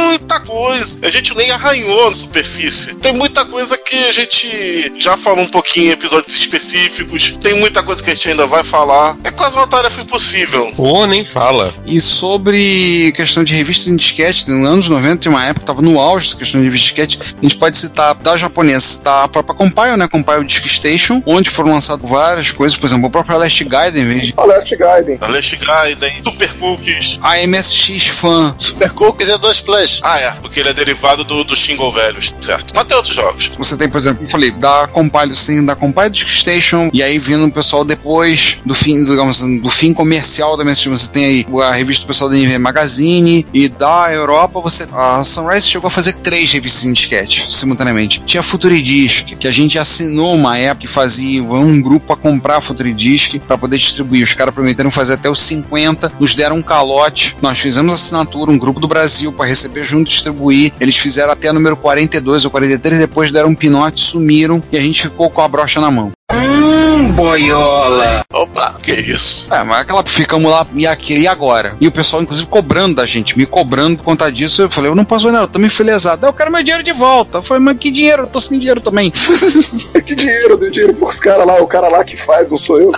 [SPEAKER 1] muita coisa. A gente nem arranhou na superfície. Tem muita coisa que a gente já falou um pouquinho em episódios específicos. Tem muita coisa que a gente ainda vai falar. É quase uma tarefa impossível.
[SPEAKER 5] Pô, nem fala.
[SPEAKER 2] E sobre questão de revistas em disquete, nos anos 90, tinha uma época que tava no auge essa questão de revista em disquete. A gente pode citar da japonesa, citar a própria Compile, né? Compile Disc Station, onde foram lançadas várias coisas, por exemplo, o próprio Last Guide, em vez de.
[SPEAKER 4] A Last Gaiden.
[SPEAKER 1] A Last Gaiden, Super Cookies.
[SPEAKER 2] A MSX Fan.
[SPEAKER 3] Super Cookies e 2 Plus.
[SPEAKER 1] Ah, é, porque ele é derivado do, do Shingle Velhos, certo? Mas tem outros jogos.
[SPEAKER 2] Você tem, por exemplo, eu falei, da Compile, você tem da Compile Disc Station, e aí vindo o pessoal depois do fim, digamos, assim, do fim comercial da MSX, você tem aí a revista do pessoal da NV Magazine, e da Europa, você. A Sunrise chegou a fazer três revistas em disquete, simultaneamente. Tinha a Futuridisc, que a gente assinou uma época que fazia um grupo a comprar a Futuridisc para poder distribuir. Os caras prometeram fazer até os 50, nos deram um calote. Nós fizemos assinatura, um grupo do Brasil para receber junto e distribuir. Eles fizeram até a número 42 ou 43, depois deram um pinote, sumiram e a gente ficou com a brocha na mão.
[SPEAKER 1] Opa, que isso.
[SPEAKER 2] É, mas aquela ficamos lá e aqui e agora. E o pessoal, inclusive, cobrando da gente, me cobrando por conta disso. Eu falei, eu não posso fazer nada, eu também fui lesado. Ah, Eu quero meu dinheiro de volta. Eu falei, mas que dinheiro? Eu tô sem dinheiro também.
[SPEAKER 4] Que dinheiro, eu dei dinheiro pros caras lá, o cara lá que faz, não sou eu.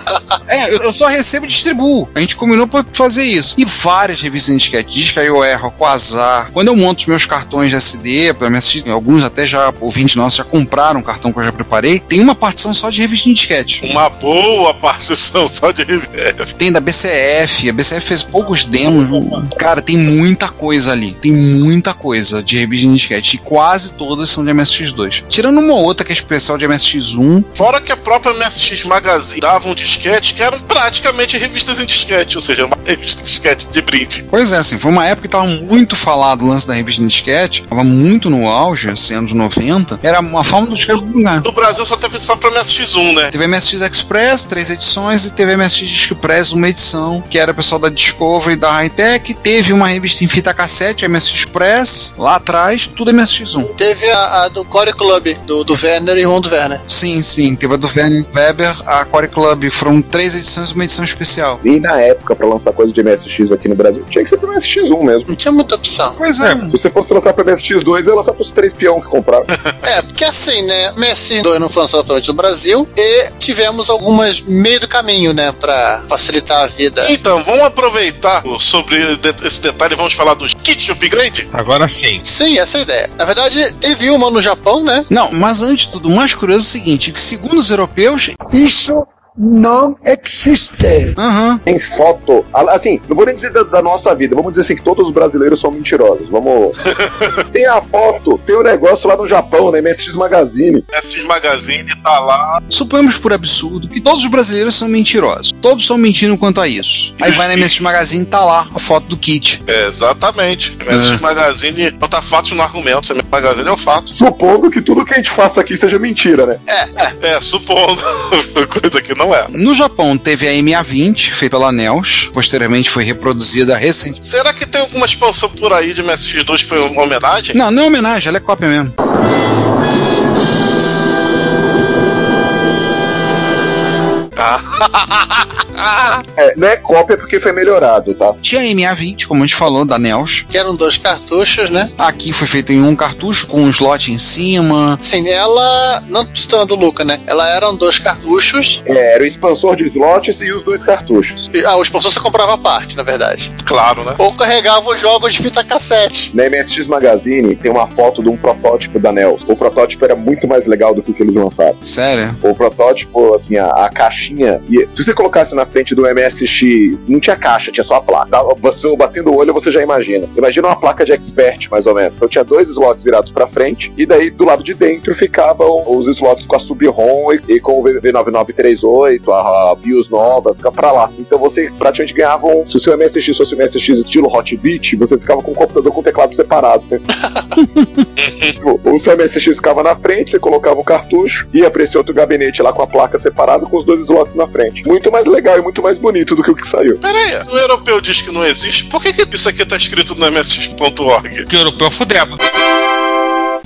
[SPEAKER 2] É, eu, eu só recebo e distribuo. A gente combinou pra fazer isso. E várias revistas em disquete. Diz que aí eu erro com azar. Quando eu monto os meus cartões de SD, pra me assistir, alguns até já, ouvintes nossos, já compraram um cartão que eu já preparei. Tem uma partição só de revista em disquete.
[SPEAKER 1] Uma boa partição só de reverso.
[SPEAKER 2] Tem da BCF. A BCF fez poucos demos. Cara, tem muita coisa ali. Tem muita coisa de revista em disquete. E quase todas são de MSX2. Tirando uma outra que é especial de MSX1.
[SPEAKER 1] Fora que a própria MSX Magazine dava um disquete que eram praticamente revistas em disquete, ou seja, uma revista em disquete de brinde.
[SPEAKER 2] Pois é, assim, foi uma época que tava muito falado o lance da revista em disquete, tava muito no auge, assim, anos 90. Era uma forma dos caras publicar.
[SPEAKER 1] No Brasil só teve só pra MSX1, né?
[SPEAKER 2] Teve MSX Express, três edições, e teve MSX Disc Press, uma edição, que era o pessoal da Discovery e da Hightech. Teve uma revista em fita cassete, MSX Press, lá atrás, tudo MSX1.
[SPEAKER 3] Teve a, a do Core Club, do, do Werner e irmão do Werner.
[SPEAKER 2] Sim, sim, teve a do Werner Weber, a Core Club. Foram três edições e uma edição especial.
[SPEAKER 4] E na época, pra lançar coisa de MSX aqui no Brasil, tinha que ser pro MSX1 mesmo.
[SPEAKER 3] Não tinha muita opção.
[SPEAKER 2] Pois é,
[SPEAKER 4] Se você fosse lançar pra MSX2, ia lançar pros três peão que compraram.
[SPEAKER 3] É, porque assim, né? Messi 2 não foi lançado totalmente no Brasil e tivemos algumas meio do caminho, né? Pra facilitar a vida.
[SPEAKER 1] Então, vamos aproveitar o- sobre de- esse detalhe e vamos falar dos kits de upgrade?
[SPEAKER 5] Agora sim.
[SPEAKER 3] Sim, essa é a ideia. Na verdade, teve uma no Japão, né?
[SPEAKER 2] Não, mas antes de tudo, o mais curioso é o seguinte: que segundo os europeus.
[SPEAKER 8] Isso não existe.
[SPEAKER 2] Aham.
[SPEAKER 4] Tem foto. a- Assim, não vou nem dizer da, da nossa vida, vamos dizer assim que todos os brasileiros são mentirosos. Vamos. tem a foto, tem o negócio lá no Japão, na MSX Magazine.
[SPEAKER 1] MSX Magazine tá lá.
[SPEAKER 2] Suponhamos por absurdo que todos os brasileiros são mentirosos. Todos estão mentindo quanto a isso. Aí vai na MSX Magazine tá lá a foto do kit.
[SPEAKER 1] É, exatamente. MSX Magazine bota fatos no argumento. Se é MSX Magazine é o fato.
[SPEAKER 4] Supondo que tudo que a gente faça aqui seja mentira, né?
[SPEAKER 1] É, supondo. Coisa que não é.
[SPEAKER 2] No Japão teve a MA20, feita lá Nels. Posteriormente foi reproduzida recentemente.
[SPEAKER 1] Será que tem alguma expansão por aí de MSX2 que foi uma homenagem?
[SPEAKER 2] Não, não é homenagem, ela é cópia mesmo.
[SPEAKER 4] É, não é cópia porque foi melhorado, tá?
[SPEAKER 2] Tinha a MA20, como a gente falou, da NELS.
[SPEAKER 3] Que eram dois cartuchos, né?
[SPEAKER 2] Aqui foi feita em um cartucho com um slot em cima.
[SPEAKER 3] Sim, ela. Não citando do Luca, né? Ela eram dois cartuchos.
[SPEAKER 4] É, era o expansor de slots e os dois cartuchos.
[SPEAKER 3] E- Ah, o expansor você comprava a parte, na verdade.
[SPEAKER 1] Claro, né?
[SPEAKER 3] Ou carregava os jogos de fita cassete.
[SPEAKER 4] Na MSX Magazine tem uma foto de um protótipo da NELS. O protótipo era muito mais legal do que o que eles lançaram.
[SPEAKER 2] Sério?
[SPEAKER 4] O protótipo, assim, a, a caixinha. E se você colocasse na frente do MSX, não tinha caixa, tinha só a placa. Tava- Você batendo o olho, você já imagina. Imagina uma placa de expert, mais ou menos. Então tinha dois slots virados pra frente, e daí do lado de dentro ficavam os slots com a sub-ROM e, e com o V9938, a, a BIOS nova, fica pra lá. Então você praticamente ganhava um. Se o seu MSX fosse um MSX estilo Hot Beat, você ficava com o computador com o teclado separado. né? Tipo, o seu MSX ficava na frente, você colocava o cartucho, ia pra esse outro gabinete lá com a placa separada com os dois slots na frente. Muito mais legal e muito mais bonito do que o que saiu.
[SPEAKER 1] Pera aí, o europeu diz que não existe. Por que, que isso aqui tá escrito no MSX.org?
[SPEAKER 5] Que o europeu fudeba.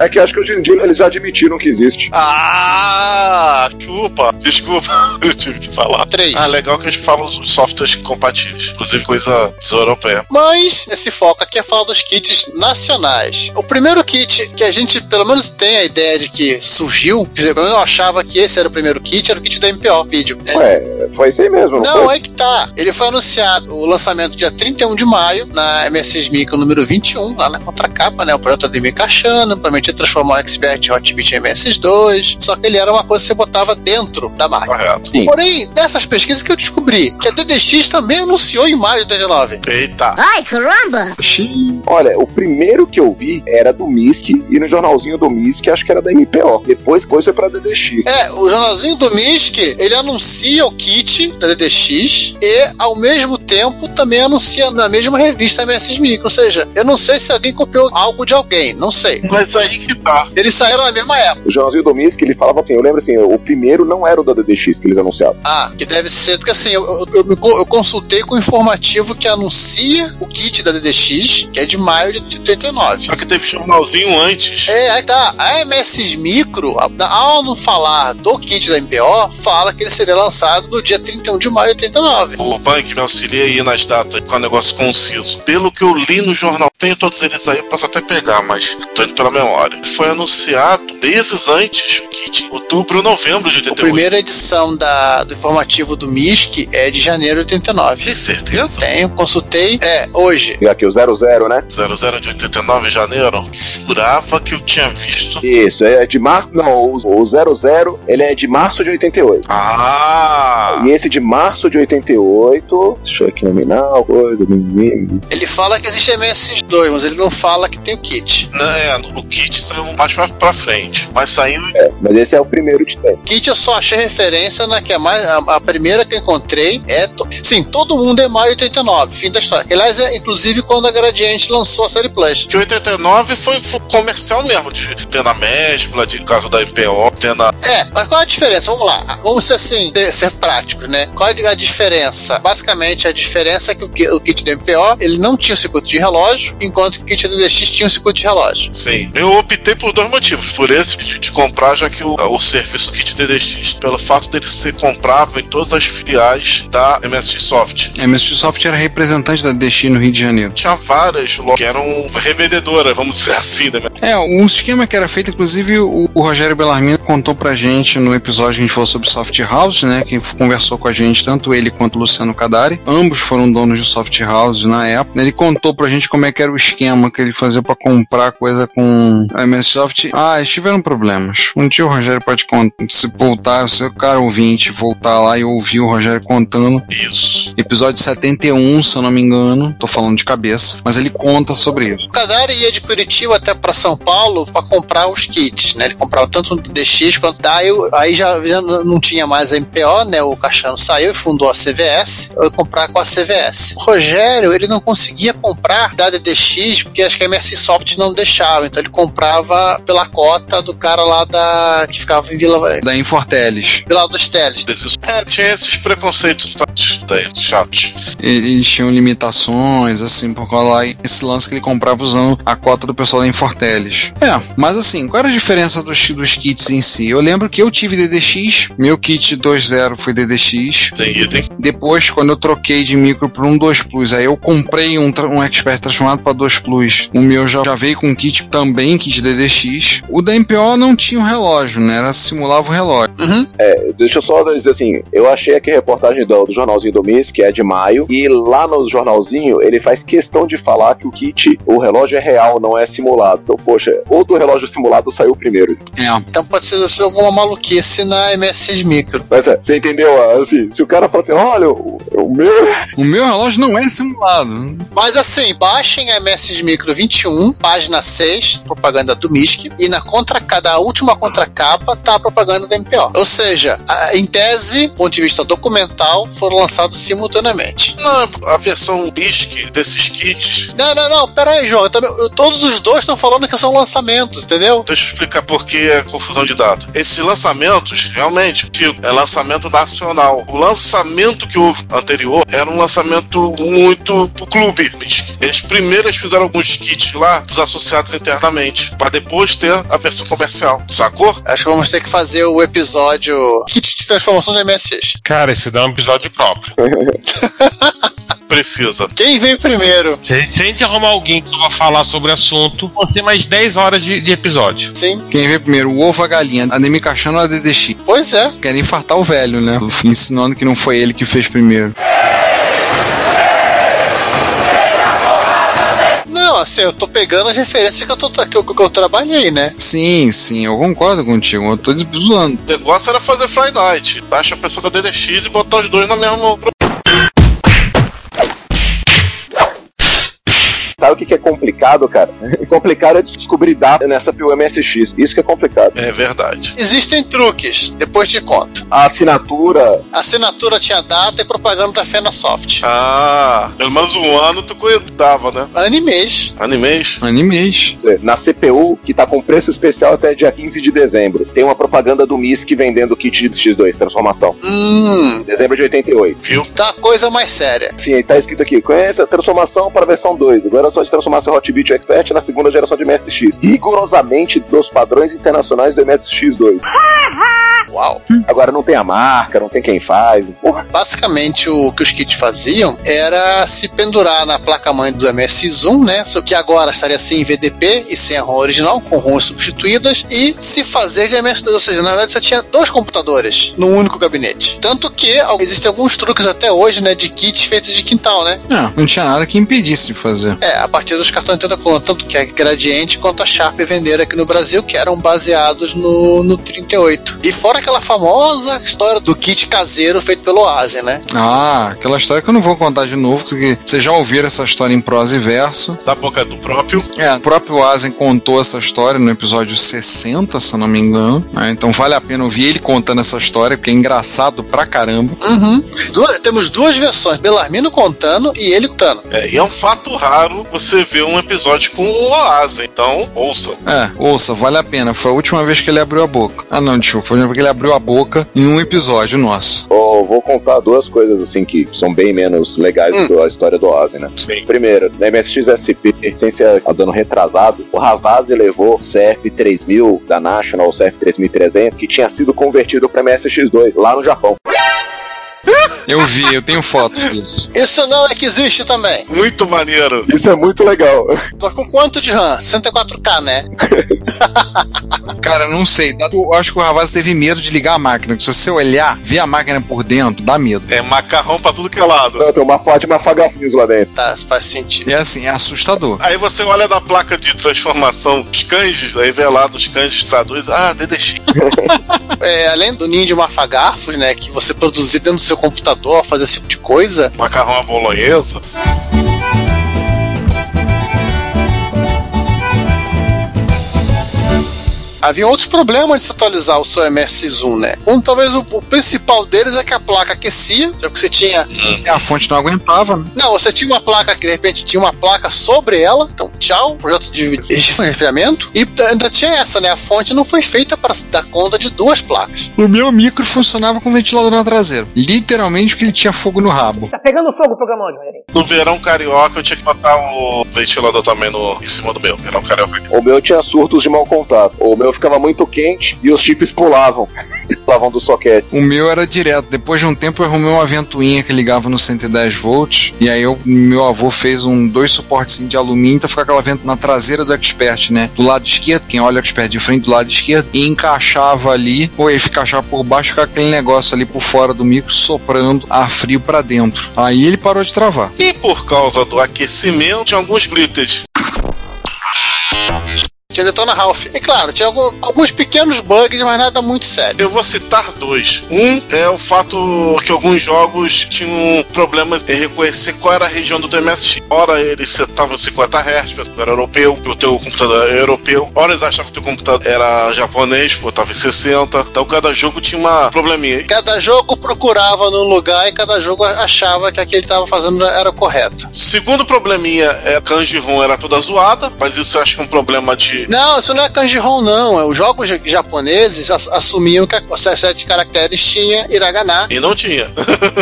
[SPEAKER 4] É que eu acho que hoje em dia eles já admitiram que existe.
[SPEAKER 1] Ah, chupa. Desculpa, eu tive que falar.
[SPEAKER 3] Três.
[SPEAKER 1] Ah, legal que eles falam os softwares compatíveis, inclusive coisa europeia.
[SPEAKER 3] Mas esse foco aqui é falar dos kits nacionais. O primeiro kit que a gente, pelo menos, tem a ideia de que surgiu, quer dizer, pelo menos eu achava que esse era o primeiro kit, era o kit da MPO vídeo. É,
[SPEAKER 4] Ué, foi isso aí mesmo, não,
[SPEAKER 3] Não,
[SPEAKER 4] foi?
[SPEAKER 3] aí que tá. Ele foi anunciado o lançamento dia 31 de maio na MSX Micro número 21, lá na contracapa, né? O projeto Ademir Cachano, prometia transformar o Expert Hotbit em MSX2. Só que ele era uma coisa que você botava dentro da máquina.
[SPEAKER 1] Correto.
[SPEAKER 4] Sim.
[SPEAKER 3] Porém, nessas pesquisas que eu descobri que a DDX também anunciou em maio de 89.
[SPEAKER 1] Eita.
[SPEAKER 7] Ai, caramba!
[SPEAKER 4] Olha, o primeiro que eu vi era do MISC e no jornalzinho do MISC acho que era da MPO. Depois, depois foi pra DDX.
[SPEAKER 3] É, o jornalzinho do MISC, ele anuncia o kit da DDX e, ao mesmo tempo, também anuncia na mesma revista MSX Micro. Ou seja, eu não sei se alguém copiou algo de alguém, não sei.
[SPEAKER 1] Mas aí que tá.
[SPEAKER 3] Eles saíram na mesma época.
[SPEAKER 4] O jornalzinho do MISC, ele falava assim, eu lembro assim, o primeiro não era o da DDX que eles anunciaram.
[SPEAKER 3] Ah, que deve ser, porque assim, eu, eu- eu me co- eu consultei com o informativo que anuncia o kit da DDX, que é de maio de 89.
[SPEAKER 1] Só que teve jornalzinho antes.
[SPEAKER 3] É, aí tá. A MS Micro, a- na- ao não falar do kit da MPO, fala que ele seria lançado no dia 31 de maio de 89.
[SPEAKER 1] O Bank me auxilia aí nas datas com o negócio conciso. Pelo que eu li no jornal, tenho todos eles aí, eu posso até pegar, mas tô indo pela memória. Foi anunciado meses antes, que de outubro, novembro de
[SPEAKER 3] A
[SPEAKER 1] 88.
[SPEAKER 3] primeira edição da- do informativo do MISC é de janeiro de 89.
[SPEAKER 1] Tem certeza?
[SPEAKER 3] Tenho, consultei, é, hoje.
[SPEAKER 4] E aqui, o 00, né?
[SPEAKER 1] 00 de 89 de janeiro? Jurava que eu tinha visto.
[SPEAKER 4] Isso, é de março... Não, o o 00, ele é de março de 88.
[SPEAKER 1] Ah!
[SPEAKER 4] E esse de março de 88, deixa eu aqui nominal, coisa, mimimi.
[SPEAKER 3] Ele fala que existe MS2, mas ele não fala que tem o kit.
[SPEAKER 1] Né, é, o kit saiu mais pra, pra frente. Mas saiu.
[SPEAKER 4] mas esse é o primeiro de tempo.
[SPEAKER 3] Kit eu só achei referência na que é mais. A, a primeira que eu encontrei é. to- Sim, todo mundo é maio 89, fim da história. Que, aliás, é inclusive quando a Gradiente lançou a série Plus.
[SPEAKER 1] De 89 foi, foi comercial mesmo, de ter na Mespla, de caso da IPO, ter na.
[SPEAKER 3] É, mas qual é a diferença? Vamos lá, vamos ser assim, ser, ser práticos, né? Qual é a diferença? Basicamente, a diferença é que o, ki- o kit do MPO ele não tinha o circuito de relógio, enquanto que o kit do DX tinha o circuito de relógio.
[SPEAKER 1] Sim. Eu optei por dois motivos. Por esse de, de comprar, já que o, o serviço kit DDX, pelo fato dele ser comprável em todas as filiais da MSX Soft.
[SPEAKER 2] A MSX Soft era representante da DX no Rio de Janeiro.
[SPEAKER 1] Tinha várias lojas que eram revendedoras, vamos dizer assim, né?
[SPEAKER 2] É, um esquema que era feito, inclusive o, o Rogério Bellarmino contou pra gente no episódio que a gente falou sobre Soft House, né? Que f- conversou com a gente, tanto ele quanto o Luciano Cadari. Ambos foram donos de Soft House na época. Ele contou pra gente como é que era o esquema que ele fazia pra comprar coisa com a MS Soft. Ah, eles tiveram problemas. Um dia o Rogério pode con- se voltar, se o cara ouvinte voltar lá e ouvir o Rogério contando
[SPEAKER 1] Isso.
[SPEAKER 2] episódio 71, se eu não me engano, tô falando de cabeça, mas ele conta sobre isso.
[SPEAKER 3] O Cadari ia de Curitiba até pra São Paulo pra comprar os kits, né? Ele comprava tanto o DX quanto daí eu- aí já, já n- não tinha mais a MPO, né? O Caixano saiu e fundou a CVS. Eu ia comprar com a CVS. O Rogério, ele não conseguia comprar da DDX porque acho que a MSI Soft não deixava, então ele comprava comprava pela cota do cara lá da. que ficava em Vila.
[SPEAKER 2] Da Inforteles.
[SPEAKER 3] Vila dos Teles.
[SPEAKER 1] Desses- É, tinha esses preconceitos tá, tá, chatos.
[SPEAKER 2] Eles tinham limitações, assim, por causa lá esse lance que ele comprava usando a cota do pessoal da Inforteles. É, mas assim, qual era a diferença dos, dos kits em si? Eu lembro que eu tive DDX, meu kit 2.0 foi DDX.
[SPEAKER 1] Tem item.
[SPEAKER 2] Depois, quando eu troquei de micro para um 2 Plus, aí eu comprei um, tra- um Expert transformado para 2 Plus. O meu já, já veio com um kit também, kit DDX. O da MPO não tinha um relógio, né? Era simulava o relógio.
[SPEAKER 3] Uhum.
[SPEAKER 4] Deixa eu só dizer assim, eu achei aqui a reportagem do, do jornalzinho do mês, que é de maio, e lá no jornalzinho ele faz questão de falar que o kit, o relógio é real, não é simulado. Então, poxa, ou do relógio simulado saiu primeiro.
[SPEAKER 2] É,
[SPEAKER 3] Então pode ser ser alguma maluquice na MS Micro.
[SPEAKER 4] Mas é, você entendeu? ah, Assim, se o cara fala assim, olha, o, o meu.
[SPEAKER 2] o meu relógio não é simulado.
[SPEAKER 3] Mas assim, baixem a MS Micro 21, página 6, propaganda do MISC, e na contracada, a última contracapa tá a propaganda da MPO. Ou seja, a- em tese, do ponto de vista documental, foram lançados simultaneamente.
[SPEAKER 1] Não, a versão BISC desses kits.
[SPEAKER 3] Não, não, não, pera aí, João. Eu também- eu- todos os dois estão falando que são lançamentos, entendeu?
[SPEAKER 1] Deixa eu explicar por que a confusão de data. Esses lançamentos, realmente, Chico, é lançamento nacional. O lançamento que houve anterior era um lançamento muito pro clube. Eles primeiro eles fizeram alguns kits lá pros associados internamente, pra depois ter a versão comercial, sacou?
[SPEAKER 3] Acho que vamos ter que fazer o episódio Kit de Transformação do MSX.
[SPEAKER 5] Cara, isso dá um episódio próprio.
[SPEAKER 1] Precisa.
[SPEAKER 3] Quem vem primeiro?
[SPEAKER 5] Se se a gente arrumar alguém que vai falar sobre o assunto, vão ser mais 10 horas de, de episódio.
[SPEAKER 3] Sim,
[SPEAKER 2] Quem vê primeiro, o ovo ou a galinha? A Nemi Caixano ou a DDX?
[SPEAKER 3] pois é.
[SPEAKER 2] Querem infartar o velho, né? Ensinando que não foi ele que fez primeiro.
[SPEAKER 3] Não, assim, eu tô pegando as referências que eu, tô, que eu, que eu trabalhei, né?
[SPEAKER 2] Sim, sim, eu concordo contigo. Eu tô zoando.
[SPEAKER 1] O negócio era fazer Friday Night. Baixa a pessoa da DDX e botar os dois na mesma.
[SPEAKER 4] Sabe o que, que é complicado, cara? complicado é descobrir data nessa pelo MSX. Isso que é complicado.
[SPEAKER 1] É verdade.
[SPEAKER 3] Existem truques, depois te conto.
[SPEAKER 4] A assinatura.
[SPEAKER 3] Assinatura tinha data e propaganda da Fenasoft.
[SPEAKER 1] Ah, pelo menos um ano tu cuidava, né?
[SPEAKER 3] Animes.
[SPEAKER 1] Animes.
[SPEAKER 2] Animes.
[SPEAKER 4] é, Na CPU, que tá com preço especial até dia 15 de dezembro. Tem uma propaganda do MISC vendendo kit de X2, transformação.
[SPEAKER 3] Hum,
[SPEAKER 4] Dezembro de 88.
[SPEAKER 3] tá coisa mais séria.
[SPEAKER 4] Sim, aí tá escrito aqui, conheça a transformação para a versão 2, agora é só de transformação Hot Beat Expert na segunda geração de MSX, rigorosamente dos padrões internacionais do MSX2.
[SPEAKER 3] Uau.
[SPEAKER 4] Agora não tem a marca, não tem quem faz. Porra,
[SPEAKER 3] Basicamente, o que os kits faziam era se pendurar na placa-mãe do MSX1, né? Só que agora estaria sem VDP e sem a ROM original, com ROMs substituídas, e se fazer de MS2. Ou seja, na verdade, você tinha dois computadores num único gabinete. Tanto que al- existem alguns truques até hoje, né? De kits feitos de quintal, né?
[SPEAKER 2] Não, Ah, não tinha nada que impedisse de fazer.
[SPEAKER 3] É, a partir dos cartões Nintendo Clone, tanto que a Gradiente quanto a Sharp venderam aqui no Brasil, que eram baseados no, no 38. E fora aquela famosa história do kit caseiro feito pelo Oasis, né?
[SPEAKER 2] Ah, aquela história que eu não vou contar de novo, porque vocês já ouviram essa história em prosa e verso.
[SPEAKER 1] Da boca do próprio.
[SPEAKER 2] É, o próprio Asen contou essa história no episódio 60, se eu não me engano. Ah, então vale a pena ouvir ele contando essa história, porque é engraçado pra caramba.
[SPEAKER 3] Uhum. Duas- temos duas versões, Belarmino contando e ele contando.
[SPEAKER 1] É, e é um fato raro você ver um episódio com o Oasa, então ouça.
[SPEAKER 2] É, ouça, vale a pena. Foi a última vez que ele abriu a boca. Ah, não, desculpa, foi porque ele abriu a boca em um episódio nosso.
[SPEAKER 4] oh, vou contar duas coisas assim que são bem menos legais
[SPEAKER 3] Hum.
[SPEAKER 4] do da história do Oasis, né?
[SPEAKER 1] Sim.
[SPEAKER 4] Primeiro, na MSX-SP, sem ser dando retrasado, o Ravazzi levou o CF3000 da National, o CF3300, que tinha sido convertido para MSX2 lá no Japão.
[SPEAKER 2] Eu vi, eu tenho foto disso.
[SPEAKER 3] Isso não é que existe também.
[SPEAKER 1] Muito maneiro.
[SPEAKER 4] Isso é muito legal.
[SPEAKER 3] Mas com quanto de RAM? 64K, né?
[SPEAKER 2] Cara, não sei. dá- Eu acho que o Ravaz teve medo de ligar a máquina. Se você olhar, ver a máquina por dentro, dá medo.
[SPEAKER 1] É macarrão pra tudo que é lado.
[SPEAKER 4] Não, tem uma Fátima Fagafinhos lá dentro.
[SPEAKER 3] Tá, faz sentido.
[SPEAKER 2] E é assim, é assustador.
[SPEAKER 1] Aí você olha na placa de transformação os canjes, aí vê lá dos canjes, traduz, ah, DDX.
[SPEAKER 3] É, além do ninho de mafagarfos, né? Que você produzir dentro do seu computador, fazer esse tipo de coisa,
[SPEAKER 1] Macarrão à bolonhesa.
[SPEAKER 3] Havia outros problemas de se atualizar o seu MSX1, né? Um, talvez o, o principal deles é que a placa aquecia, já que você tinha.
[SPEAKER 2] É, A fonte não aguentava, né?
[SPEAKER 3] Não, você tinha uma placa que de repente tinha uma placa sobre ela, então tchau, projeto de resfriamento. E t- ainda tinha essa, né? A fonte não foi feita para dar conta de duas placas.
[SPEAKER 2] O meu micro funcionava com ventilador na traseira. Literalmente porque ele tinha fogo no rabo.
[SPEAKER 6] Tá pegando fogo o programa onde, Rogerinho?
[SPEAKER 1] No verão carioca eu tinha que botar o ventilador também no, em cima do meu. Verão carioca.
[SPEAKER 4] O meu tinha surtos de mau contato. O meu ficava muito quente e os chips pulavam. Pulavam do soquete.
[SPEAKER 2] O meu era direto. Depois de um tempo eu arrumei uma ventoinha que ligava no 110 volts. E aí eu- meu avô fez um dois suportes de alumínio pra ficar aquela vento na traseira do Expert, né? Do lado esquerdo, quem olha o Expert de frente, do lado esquerdo, e encaixava ali, ou ele encaixava por baixo, ficava aquele negócio ali por fora do micro, soprando ar frio pra dentro. Aí ele parou de travar.
[SPEAKER 1] E por causa do aquecimento, tinha alguns glitters.
[SPEAKER 3] Tinha Detona Ralph. E claro, tinha algum- alguns pequenos bugs, mas nada muito sério.
[SPEAKER 1] Eu vou citar dois. Um é o fato que alguns jogos tinham problemas em reconhecer qual era a região do teu MSX. Ora eles setavam 50 Hz, porque era europeu, que o teu computador era europeu. Ora eles achavam que o teu computador era japonês, porque estava em 60. Então cada jogo tinha uma probleminha.
[SPEAKER 3] Cada jogo procurava num lugar e cada jogo achava que aquele estava fazendo era o correto.
[SPEAKER 1] Segundo probleminha é a Kanji ROM era toda zoada, mas isso eu acho que é um problema de
[SPEAKER 3] Não, isso não é kanji ron não. É, Os jogos ja- japoneses ass- assumiam que os sete caracteres tinha hiragana
[SPEAKER 1] e não tinha.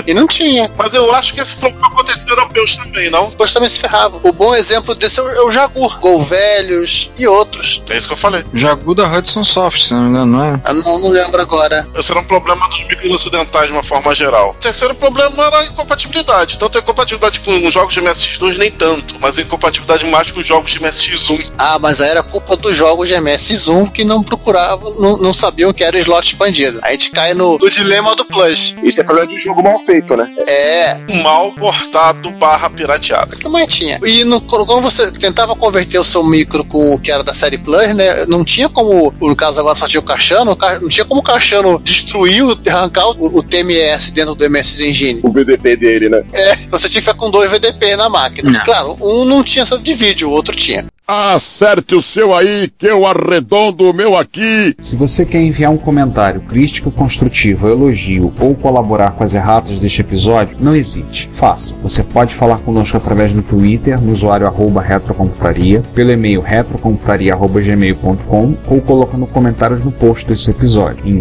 [SPEAKER 3] e não tinha.
[SPEAKER 1] Mas eu acho que esse problema aconteceu em europeus também, não?
[SPEAKER 3] Depois também se ferravam. O bom exemplo desse é o- é o Jagur, Gol Velhos e outros.
[SPEAKER 1] É isso que eu falei.
[SPEAKER 2] Jagu da Hudson Soft, se não me engano, não é?
[SPEAKER 3] Ah, não, não lembro agora.
[SPEAKER 1] Esse era um problema dos micros ocidentais de uma forma geral. O terceiro problema era a incompatibilidade. Tanto a incompatibilidade com os jogos de MSX2 nem tanto, mas a incompatibilidade mais com os jogos de MSX1.
[SPEAKER 3] Ah, mas aí era culpa dos jogos de MSX1 que não procuravam, não, não sabiam que era slot expandido. Aí a gente cai no, no dilema do Plus.
[SPEAKER 4] Isso é problema de jogo mal feito, né?
[SPEAKER 3] É,
[SPEAKER 1] Mal portado barra pirateado.
[SPEAKER 3] que mais tinha? E no- quando você tentava converter o seu micro com o que era da série Plus, né? Não tinha como, no caso agora só tinha o Caixano, o Ca- não tinha como o Caixano destruir, o- arrancar o, o TMS dentro do MS Engine.
[SPEAKER 4] O BDP dele, né?
[SPEAKER 3] É, então você tinha que ficar com dois VDP na máquina.
[SPEAKER 2] Não.
[SPEAKER 3] Claro, um não tinha sabe de vídeo, o outro tinha.
[SPEAKER 8] Acerte o seu aí, que eu arredondo o meu aqui.
[SPEAKER 9] Se você quer enviar um comentário crítico, construtivo, elogio ou colaborar com as erratas deste episódio, não hesite, faça. Você pode falar conosco através do Twitter, no usuário arroba retrocomputaria, pelo e-mail retrocomputaria.gmail.com ou colocando comentários no post desse episódio em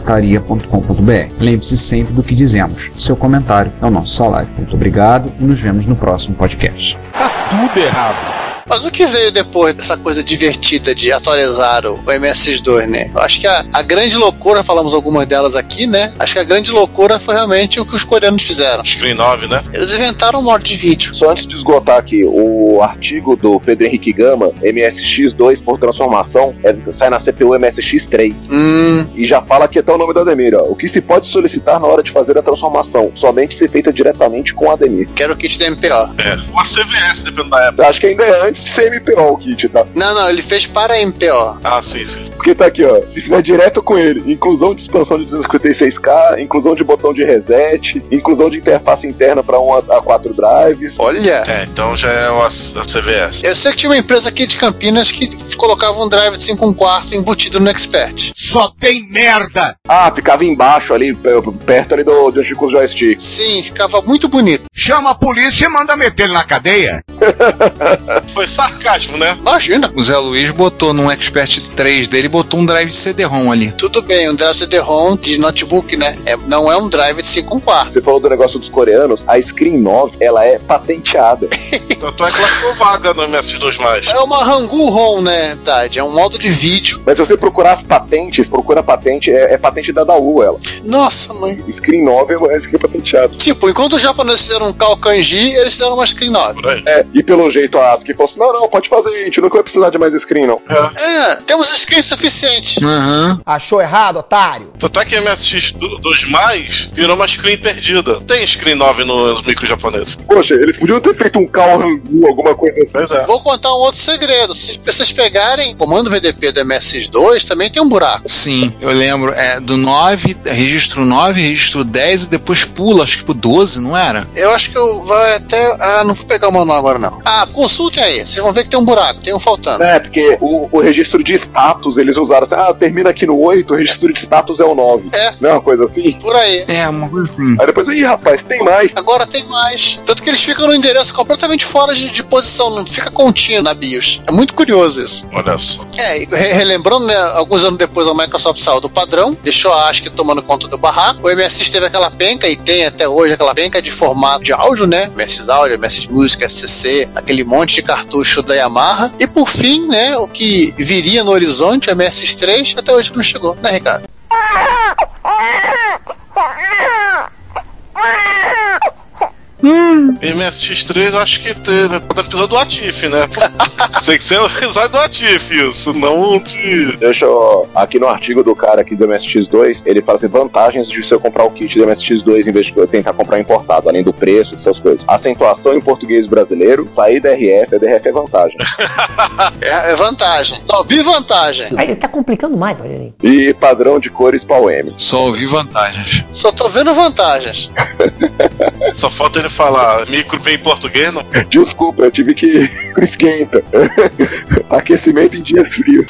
[SPEAKER 9] www.retrocomputaria.com.br. Lembre-se sempre do que dizemos. Seu comentário é o nosso salário. Muito obrigado e nos vemos no próximo podcast.
[SPEAKER 8] Tudo errado.
[SPEAKER 3] Mas o que veio depois dessa coisa divertida de atualizar o o MS2, né? Eu acho que a, a grande loucura, falamos algumas delas aqui, né? Acho que a grande loucura foi realmente o que os coreanos fizeram.
[SPEAKER 1] Screen 9, né?
[SPEAKER 3] Eles inventaram um modo de vídeo.
[SPEAKER 4] Só antes de esgotar aqui, o artigo do Pedro Henrique Gama, MSX2 por transformação, é- sai na CPU MSX3.
[SPEAKER 3] Hum,
[SPEAKER 4] E já fala aqui até o nome do Ademir, ó. O que se pode solicitar na hora de fazer a transformação? Somente ser feita diretamente com o Ademir.
[SPEAKER 3] quero o kit da MPO.
[SPEAKER 1] É. Uma CVS, dependendo da época.
[SPEAKER 4] Acho que ainda é antes de ser MPO o kit, tá?
[SPEAKER 3] Não, não, ele fez para a MPO.
[SPEAKER 1] Ah, sim, sim.
[SPEAKER 4] Porque tá aqui, ó. Se fizer direto com ele, inclusão de expansão de 256K, inclusão de botão de reset, inclusão de interface interna para 1 a 4 drives.
[SPEAKER 3] Olha.
[SPEAKER 1] É, então já é uma- a CVS.
[SPEAKER 3] Eu sei que tinha uma empresa aqui de Campinas que colocava um drive de 5 1 quarto embutido no Expert.
[SPEAKER 8] Só tem merda.
[SPEAKER 4] Ah, ficava embaixo ali, p- perto ali do, de onde fica o joystick.
[SPEAKER 3] Sim, ficava muito bonito.
[SPEAKER 8] Chama a polícia e manda meter ele na cadeia.
[SPEAKER 1] É, Foi sarcasmo, né?
[SPEAKER 3] Imagina.
[SPEAKER 2] O Zé Luiz botou num Expert 3 dele, botou um drive de CD-ROM ali.
[SPEAKER 3] Tudo bem, um drive CD-ROM de notebook, né? É- não é um drive de 5 1 quarto.
[SPEAKER 4] Você falou do negócio dos coreanos, a Screen 9, ela é patenteada.
[SPEAKER 1] Tanto é que ela ficou vaga no MSX2 mais.
[SPEAKER 3] É uma Rangu ROM, né, Tade? É um modo de vídeo.
[SPEAKER 4] Mas se você procurar as patentes, procura a patente, é, é patente da Daú, ela.
[SPEAKER 3] Nossa, mãe.
[SPEAKER 4] Screen 9 é essa que é patenteada.
[SPEAKER 3] Tipo, enquanto os japoneses fizeram um Kalkanji, eles fizeram uma Screen 9.
[SPEAKER 1] Por aí.
[SPEAKER 4] É, e pelo jeito a ASCII falou assim, não, não, pode fazer, gente, nunca vai precisar de mais screen, não.
[SPEAKER 3] É, temos screen suficiente.
[SPEAKER 2] Aham.
[SPEAKER 6] Achou errado, otário?
[SPEAKER 1] Tanto é que MSX2 mais virou uma screen perdida. Tem screen 9 nos micros japoneses.
[SPEAKER 4] Poxa, eles podiam ter feito um Calhangu, alguma coisa assim.
[SPEAKER 1] Pois é.
[SPEAKER 3] Vou contar um outro segredo. Se vocês pegarem o comando VDP do MSX2, também tem um buraco.
[SPEAKER 2] Sim, eu lembro. É do 9, registro 9, registro 10 e depois pula, acho que pro 12, não era?
[SPEAKER 3] Eu acho que eu vai até. Ah, não vou pegar o manual agora, não. Ah, consultem aí. Vocês vão ver que tem um buraco, tem um faltando.
[SPEAKER 4] É, porque o, o registro de status eles usaram assim, ah, termina aqui no 8, o registro de status é o 9.
[SPEAKER 3] É.
[SPEAKER 4] Não é uma coisa assim?
[SPEAKER 3] Por aí.
[SPEAKER 2] É, uma coisa assim.
[SPEAKER 4] Aí depois, ih, rapaz, tem mais.
[SPEAKER 3] Agora tem mais. Tanto que eles ficam no endereço completamente fora de, de posição, não fica continha na BIOS. É muito curioso isso.
[SPEAKER 1] Olha só.
[SPEAKER 3] É, e re- relembrando, né, alguns anos depois a Microsoft saiu do padrão, deixou a ASCII tomando conta do barraco. O MSX teve aquela penca, e tem até hoje aquela penca de formato de áudio, né? MSX Audio, MSX Music, SCC, aquele monte de cartucho da Yamaha. E por fim, né, o que viria no horizonte, o MSX3, até hoje não chegou, né, Ricardo?
[SPEAKER 1] MSX3 acho que te- tá precisando do Atif, né? Sei que você usar do Atif, isso, não de.
[SPEAKER 4] Deixa eu, aqui no artigo do cara aqui do MSX2, ele fala assim, vantagens de você comprar o kit do MSX2 em vez de tentar comprar importado, além do preço, dessas coisas. Acentuação em português brasileiro, sair DRF, a DRF é vantagem.
[SPEAKER 3] É, é vantagem. Só vi vantagem.
[SPEAKER 6] Aí ele tá complicando mais, Rogerinho.
[SPEAKER 4] E padrão de cores pau M.
[SPEAKER 2] Só ouvi vantagens.
[SPEAKER 3] Só tô vendo vantagens.
[SPEAKER 1] Só falta ele falar micro vem em português, não.
[SPEAKER 4] Desculpa, eu tive que esquenta. Aquecimento em dias frios.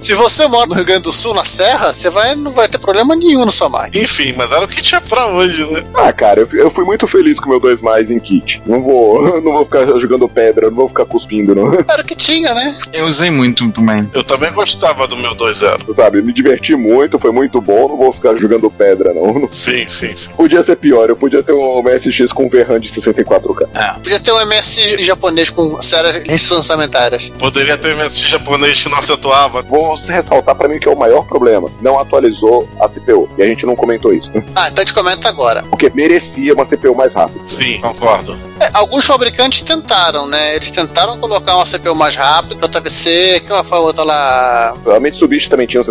[SPEAKER 3] Se você mora no Rio Grande do Sul, na Serra, você vai, não vai ter problema nenhum na sua máquina.
[SPEAKER 1] Enfim, mas era o que tinha pra hoje, né?
[SPEAKER 4] Ah, cara, eu, fui- eu fui muito feliz com meu 2 mais em kit. Não vou, não vou ficar jogando pedra, não vou ficar cuspindo, não.
[SPEAKER 3] Era o que tinha, né?
[SPEAKER 2] Eu usei muito também.
[SPEAKER 1] Eu também gostava do meu 2-0.
[SPEAKER 4] Sabe, me diverti muito, foi muito bom, não vou ficar jogando pedra, não.
[SPEAKER 1] Sim, sim, sim.
[SPEAKER 4] Podia ser pior, eu podia ter um MSX com um Verran de 64K.
[SPEAKER 3] Podia ter um MS japonês com sérias restrições orçamentárias.
[SPEAKER 1] Poderia ter MSX japonês que não acentuava.
[SPEAKER 4] Vou ressaltar pra mim que é o maior problema. Não atualizou a CPU. E a gente não comentou isso. né?
[SPEAKER 3] Ah, então a gente comenta agora.
[SPEAKER 4] Porque merecia uma CPU mais rápida.
[SPEAKER 1] Sim, concordo.
[SPEAKER 3] É, alguns fabricantes tentaram, né? Eles tentaram colocar uma CPU mais rápida, JVC, que ela foi a outra lá.
[SPEAKER 4] A Mitsubishi também tinha um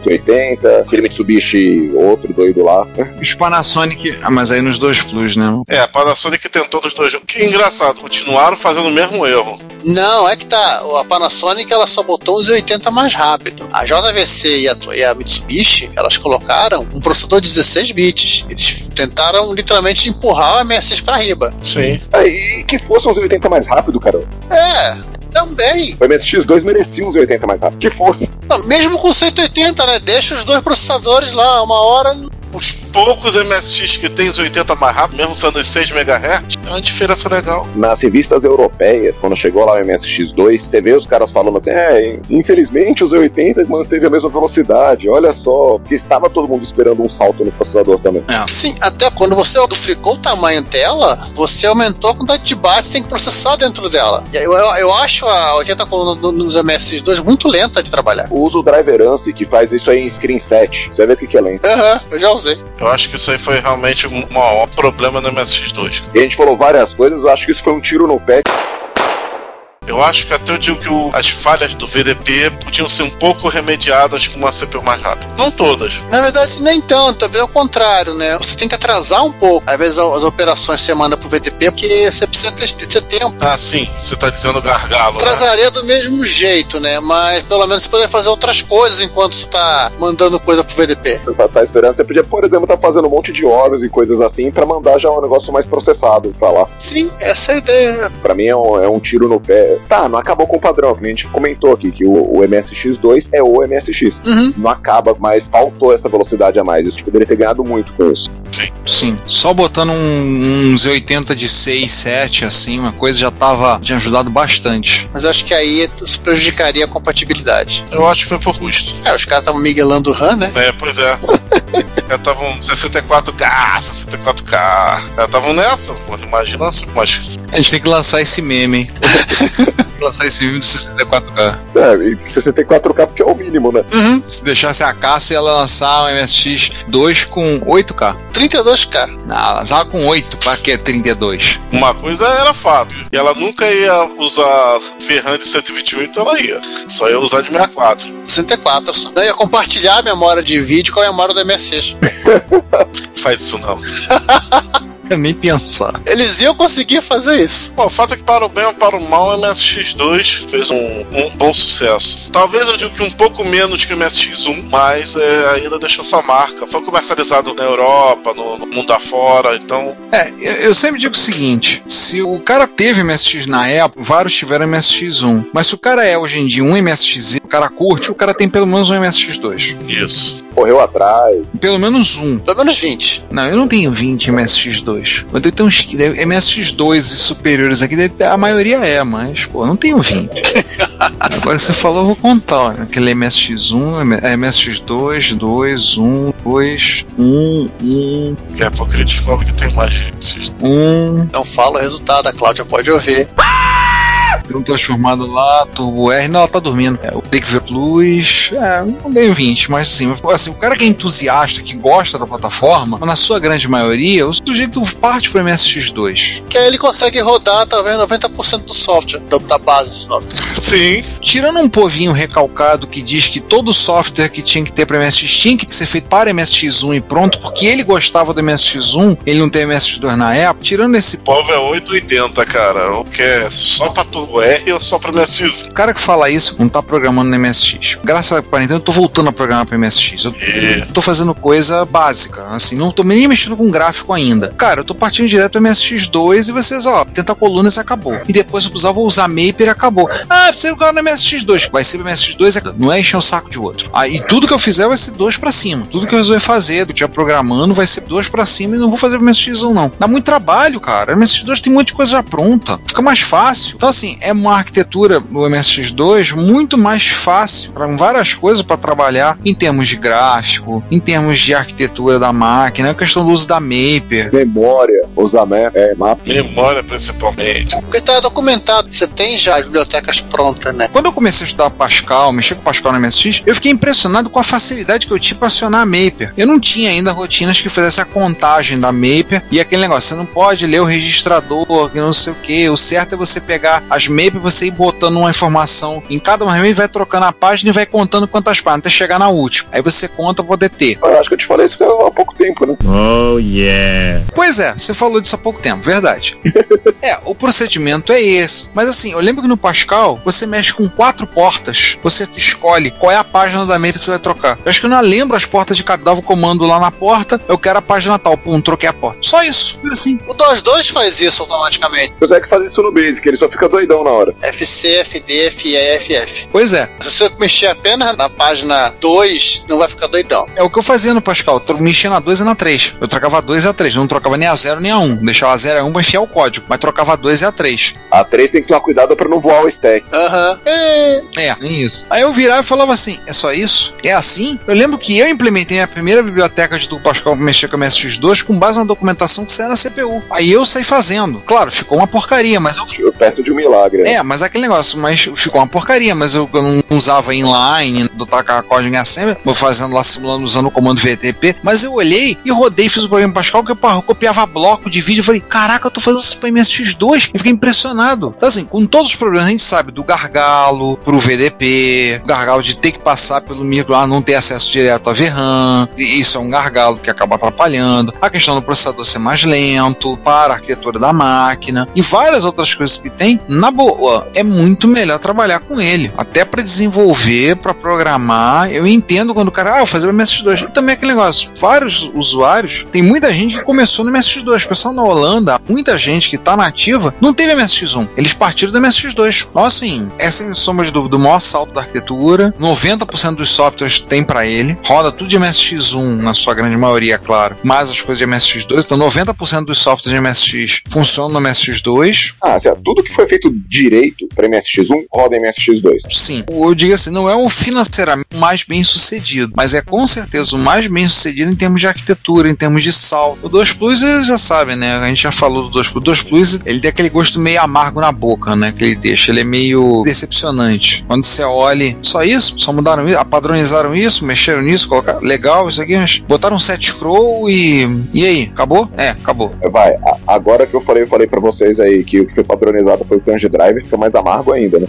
[SPEAKER 4] 6480, aquele Mitsubishi outro doido lá.
[SPEAKER 2] Os Panasonic. Ah, mas aí nos dois Plus, né?
[SPEAKER 1] É, a Panasonic tentou nos dois jogos. Que engraçado, continuaram fazendo o mesmo erro.
[SPEAKER 3] Não, é que tá. A Panasonic ela só botou os 80 mais rápido. A JVC e a, e a Mitsubishi, elas colocaram um processador de 16 bits. Eles tentaram literalmente empurrar o MSX pra riba.
[SPEAKER 1] Sim.
[SPEAKER 4] Aí que fosse uns 80 mais rápido, cara.
[SPEAKER 3] É, também.
[SPEAKER 4] O MSX2 merecia uns 80 mais rápido. Que fosse.
[SPEAKER 3] Não, mesmo com 180, né? Deixa os dois processadores lá, uma hora.
[SPEAKER 1] Os poucos MSX que tem os 80 mais rápido, mesmo sendo os 6 MHz, é uma diferença legal.
[SPEAKER 4] Nas revistas europeias, quando chegou lá o MSX2, você vê os caras falando assim: é, infelizmente os 80 manteve a mesma velocidade. Olha só, porque estava todo mundo esperando um salto no processador também.
[SPEAKER 2] É,
[SPEAKER 3] Sim, até quando você duplicou o tamanho dela, você aumentou a quantidade de bytes que tem que processar dentro dela. E aí Eu, eu, eu acho a 80 coluna do- nos MSX2 muito lenta de trabalhar.
[SPEAKER 4] Usa o Driver ANSI, que faz isso aí em screen set. Você vai ver o que que é lento.
[SPEAKER 3] Aham, eu já usei.
[SPEAKER 1] Eu acho que isso aí foi realmente um um maior problema no MSX2.
[SPEAKER 4] E a gente falou várias coisas, eu acho que isso foi um tiro no pé.
[SPEAKER 1] Eu acho que até eu digo que o- as falhas do VDP podiam ser um pouco remediadas com uma CPU mais rápida. Não todas.
[SPEAKER 3] Na verdade, nem tanto, talvez ao contrário, né? Você tem que atrasar um pouco. Às vezes as operações você manda pro VTP, porque você precisa ter, ter tempo.
[SPEAKER 1] Ah, sim, você tá dizendo gargalo. né?
[SPEAKER 3] Atrasaria do mesmo jeito, né? Mas pelo menos você poderia fazer outras coisas enquanto você tá mandando coisa pro VDP.
[SPEAKER 4] Você tá, tá esperando. Você podia, por exemplo, estar fazendo um monte de horas e coisas assim pra mandar já um negócio mais processado pra lá.
[SPEAKER 3] Sim, essa é a ideia.
[SPEAKER 4] Pra mim é um, é um tiro no pé. Tá, não acabou com o padrão, que nem a gente comentou aqui, que o, o MSX2 é o MSX.
[SPEAKER 3] Uhum.
[SPEAKER 4] Não acaba, mas faltou essa velocidade a mais. Isso poderia ter ganhado muito com isso.
[SPEAKER 2] Sim. Só botando um, uns 80 de 6, 7, assim, uma coisa já tava. tinha ajudado bastante.
[SPEAKER 3] Mas acho que aí isso prejudicaria a compatibilidade.
[SPEAKER 1] Eu acho que foi por custo.
[SPEAKER 3] É, os caras estavam miguelando o RAM, né?
[SPEAKER 1] É, pois é. Já um estavam 64K, 64K. Já estavam nessa, pô. Imagina assim, mas.
[SPEAKER 2] A gente tem que lançar esse meme, hein? lançar esse meme do 64K.
[SPEAKER 4] É, e 64K porque é o mínimo, né?
[SPEAKER 2] Se deixasse a caça, ia lançar um MSX 2 com 8K.
[SPEAKER 3] 32K.
[SPEAKER 2] Ah, lançava com 8, pra que 32?
[SPEAKER 1] Uma coisa era Fábio. E ela nunca ia usar Ferran de 128, ela ia. Só ia usar de 64.
[SPEAKER 3] 64. só. Eu ia compartilhar a memória de vídeo com a memória do MSX.
[SPEAKER 1] Faz isso não.
[SPEAKER 3] nem pensar. Eles iam conseguir fazer isso.
[SPEAKER 1] Bom, o fato é que para o bem ou para o mal, o MSX2 fez um, um bom sucesso. Talvez eu diga que um pouco menos que o MSX1, mas é, ainda deixou sua marca. Foi comercializado na Europa, no, no mundo afora, então
[SPEAKER 2] É, eu, eu sempre digo o seguinte: se o cara teve MSX na época, vários tiveram MSX1. Mas se o cara é hoje em dia um MSX, o cara curte, o cara tem pelo menos um MSX2.
[SPEAKER 1] Isso.
[SPEAKER 4] Correu atrás.
[SPEAKER 2] Pelo menos um.
[SPEAKER 3] Pelo menos 20.
[SPEAKER 2] Não, eu não tenho 20 MSX2. Eu tenho uns né, deve- MSX2 e superiores aqui, deve ter- a maioria é, mas, pô, eu não tenho 20. Agora que você falou, eu vou contar. Olha, aquele MSX1, M- é, MSX2, 2, 1, 2, 1, 1,
[SPEAKER 1] que é porque ele descobre que tem mais MSX.
[SPEAKER 2] 1.
[SPEAKER 3] Não Então fala o resultado, a Cláudia pode ouvir.
[SPEAKER 2] Tem um transformado lá, Turbo R. Não, ela tá dormindo. É, o Take Ver Plus. É, não dei 20, mas sim. Assim, o cara que é entusiasta, que gosta da plataforma, na sua grande maioria, o sujeito parte pro MSX2.
[SPEAKER 3] Que aí ele consegue rodar talvez 90% do software, da, da base do software.
[SPEAKER 1] Sim.
[SPEAKER 2] Tirando um povinho recalcado que diz que todo software que tinha que ter para MSX tinha que ser feito para MSX1 e pronto, porque ele gostava do MSX1, ele não tem MSX2 na época. Tirando esse
[SPEAKER 1] O povo é 880, cara. O que é só pra Turbo R ou só pra MSX?
[SPEAKER 2] o cara que fala isso não tá programando no MSX. Graças à quarentena, eu tô voltando a programar pro MSX. Eu
[SPEAKER 1] É.
[SPEAKER 2] tô fazendo coisa básica, assim, não tô nem mexendo com gráfico ainda. Cara, eu tô partindo direto pro MSX2 e vocês, ó, tenta colunas e acabou. E depois eu precisava usar Maper e acabou. Ah, precisa jogar no MSX2. Vai ser pro MSX2, não é encher o saco de outro. Aí tudo que eu fizer vai ser dois pra cima. Tudo que eu resolver fazer, do dia programando, vai ser dois pra cima e não vou fazer pro MSX1 não. Dá muito trabalho, cara. O MSX2 tem um monte de coisa já pronta. Fica mais fácil. Então assim, é uma arquitetura, o MSX2, muito mais fácil para várias coisas para trabalhar em termos de gráfico, em termos de arquitetura da máquina, a questão do uso da Maper.
[SPEAKER 4] Memória, usar map, é, mapa.
[SPEAKER 1] Memória, principalmente.
[SPEAKER 3] Porque tá documentado, você tem já as bibliotecas prontas, né?
[SPEAKER 2] Quando eu comecei a estudar Pascal, mexer com Pascal no MSX, eu fiquei impressionado com a facilidade que eu tinha para acionar a Maper. Eu não tinha ainda rotinas que fizesse a contagem da Maper e aquele negócio, você não pode ler o registrador, que não sei o que. O certo é você pegar as Maper e você ir botando uma informação em cada uma e vai trocando a página e vai contando quantas páginas até chegar na última. Aí você conta para poder ter.
[SPEAKER 4] Eu acho que eu te falei isso há pouco tempo, né?
[SPEAKER 2] Pois é, você falou disso há pouco tempo, verdade. é, o procedimento é esse. Mas assim, eu lembro que no Pascal, você mexe com quatro portas. Você escolhe qual é a página da map que você vai trocar. Eu acho que eu não lembro as portas de cada. Dava o comando lá na porta, eu quero a página tal. Pum, troquei a porta. Só isso. Foi assim.
[SPEAKER 3] O DOS 2 faz isso automaticamente.
[SPEAKER 4] Você é que fazer isso no Basic, ele só fica doidão na hora.
[SPEAKER 3] FC, FD, FE, FF.
[SPEAKER 2] Pois é.
[SPEAKER 3] Se você mexer apenas na página 2, não vai ficar doidão.
[SPEAKER 2] É o que eu fazia no Pascal. Eu mexia na 2 e na 3. Eu trocava a 2 e a 3. Não trocava nem a 0 nem a 1. Um. Deixava a 0 e a 1 um pra enfiar o código. Mas trocava a 2 e a 3.
[SPEAKER 4] A 3 tem que tomar cuidado pra não voar o stack.
[SPEAKER 3] Aham. É.
[SPEAKER 2] É, nem isso. Aí eu virava e falava assim: é só isso? É assim? Eu lembro que eu implementei a primeira biblioteca de Duplo Pascal pra mexer com a MSX2 com base na documentação que saía na CPU. Aí eu saí fazendo. Claro, ficou uma porcaria, mas eu.
[SPEAKER 4] Perto de um milagre. né?
[SPEAKER 2] É, mas aquele negócio, mas ficou uma porcaria, mas eu, eu não usava inline, do tacar código em assembly, vou fazendo lá simulando usando o comando VTP, mas eu olhei e rodei, fiz o programa em Pascal, que eu pá, eu copiava bloco de vídeo e falei, caraca, eu tô fazendo isso pra MSX2, eu fiquei impressionado. Então assim, com todos os problemas, a gente sabe, do gargalo pro VDP, gargalo de ter que passar pelo micro, ah, não ter acesso direto à VRAM, e isso é um gargalo que acaba atrapalhando, a questão do processador ser mais lento, para a arquitetura da máquina e várias outras coisas que tem, na boa, é muito melhor trabalhar com ele. Até para desenvolver, para programar, eu entendo quando o cara, ah, eu fazer o MSX2. E também é aquele negócio, vários usuários, tem muita gente que começou no MSX2, pessoal na Holanda, muita gente que tá nativa, não teve MSX1, eles partiram do MSX2. Então assim, essa é sem sombra de dúvida o maior salto da arquitetura, 90% dos softwares tem para ele, roda tudo de MSX1, na sua grande maioria, é claro, mais as coisas de MSX2, então 90% dos softwares de MSX funcionam no MSX2,
[SPEAKER 4] Ah, assim, ó, tudo que foi feito direito pra MSX1 roda em MSX2.
[SPEAKER 2] Sim. Eu digo assim, não é o financeiramente mais bem sucedido, mas é com certeza o mais bem sucedido em termos de arquitetura, em termos de salto. O 2 Plus, eles já sabem, né? A gente já falou do 2 Plus. O 2 Plus, ele tem aquele gosto meio amargo na boca, né? Que ele deixa. Ele é meio decepcionante. Quando você olha, só isso? Só mudaram isso? Ah, Padronizaram isso? Mexeram nisso? Colocaram... Legal isso aqui, mas botaram um set scroll e... E aí? Acabou? É, acabou.
[SPEAKER 4] Vai, a- agora que eu falei, eu falei pra vocês aí que o que foi padronizado foi o Kanji Drive, fica mais amargo ainda, né?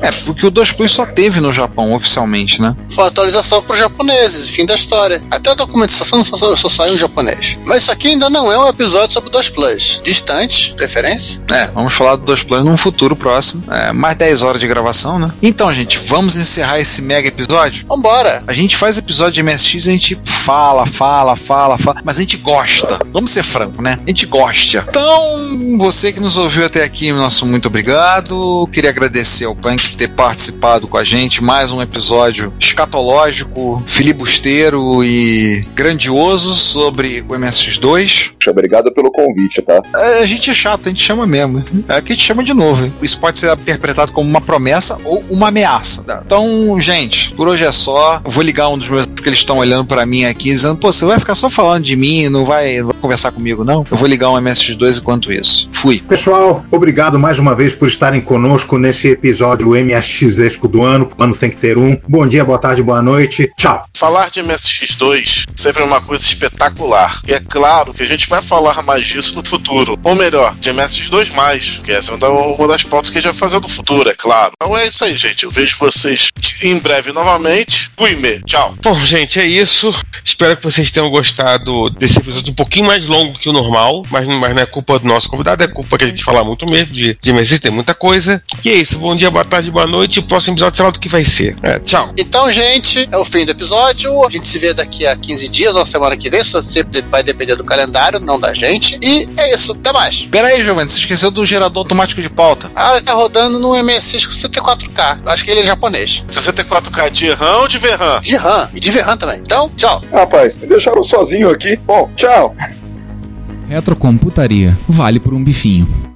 [SPEAKER 2] É, porque o 2 Plus só teve no Japão, oficialmente, né?
[SPEAKER 3] Foi uma atualização para os japoneses, fim da história. Até a documentação só, só, só saiu em japonês. Mas isso aqui ainda não é um episódio sobre o 2 Plus. Distante, preferência.
[SPEAKER 2] É, vamos falar do 2 Plus num futuro próximo. É, mais 10 horas de gravação, né? Então, gente, vamos encerrar esse mega episódio?
[SPEAKER 3] Vambora!
[SPEAKER 2] A gente faz episódio de MSX e a gente fala, fala, fala, fala, mas a gente gosta. Vamos ser franco, né? A gente gosta. Então, você que nos ouviu até aqui, nosso muito obrigado. Queria agradecer ao Punk por ter participado com a gente. Mais um episódio escatológico, filibusteiro e grandioso sobre o MSX2.
[SPEAKER 4] Poxa, Obrigado pelo convite, tá?
[SPEAKER 2] É, A gente é chato, a gente chama mesmo. É que a gente chama de novo. hein? Isso pode ser interpretado como uma promessa ou uma ameaça. tá? Então, gente, por hoje é só. Eu vou ligar um dos meus, porque eles estão olhando pra mim aqui, dizendo: pô, você vai ficar só falando de mim, não vai, não vai conversar comigo, não? Eu vou ligar um MSX2 enquanto isso. Fui.
[SPEAKER 10] Pessoal, obrigado mais uma vez por estarem conosco nesse episódio MSX-esco do ano. O ano tem que ter um. Bom dia, boa tarde, boa noite. Tchau.
[SPEAKER 1] Falar de MSX2 sempre é uma coisa espetacular. E é claro que a gente vai falar mais disso no futuro. Ou melhor, de MSX2, mais, que essa é uma uma das pautas que a gente vai fazer no futuro, é claro. Então é isso aí, gente. Eu vejo vocês em breve novamente. Fui-me. Tchau.
[SPEAKER 5] Bom, gente, é isso. Espero que vocês tenham gostado desse episódio um pouquinho mais longo que o normal, mas, mas não é culpa do nosso convidado, é culpa que a gente fala muito mesmo de, de MSX, tem muita coisa. E é isso. Bom dia, boa tarde, boa noite. O próximo episódio será do que vai ser. É, tchau.
[SPEAKER 3] Então, gente, é o fim do episódio. A gente se vê daqui a 15 dias ou semana que vem. Isso sempre vai depender do calendário, não da gente. E é isso. Até mais.
[SPEAKER 2] Pera aí, Giovanni, você esqueceu do gerador automático de pauta.
[SPEAKER 3] Ah, ele tá rodando no MSX com 64K. Acho que ele é japonês.
[SPEAKER 1] 64K de RAM ou de VRAM?
[SPEAKER 3] De RAM. E de VRAM também. Então, tchau.
[SPEAKER 4] Rapaz, me deixaram sozinho aqui. Bom, tchau.
[SPEAKER 9] Retrocomputaria. Vale por um bifinho.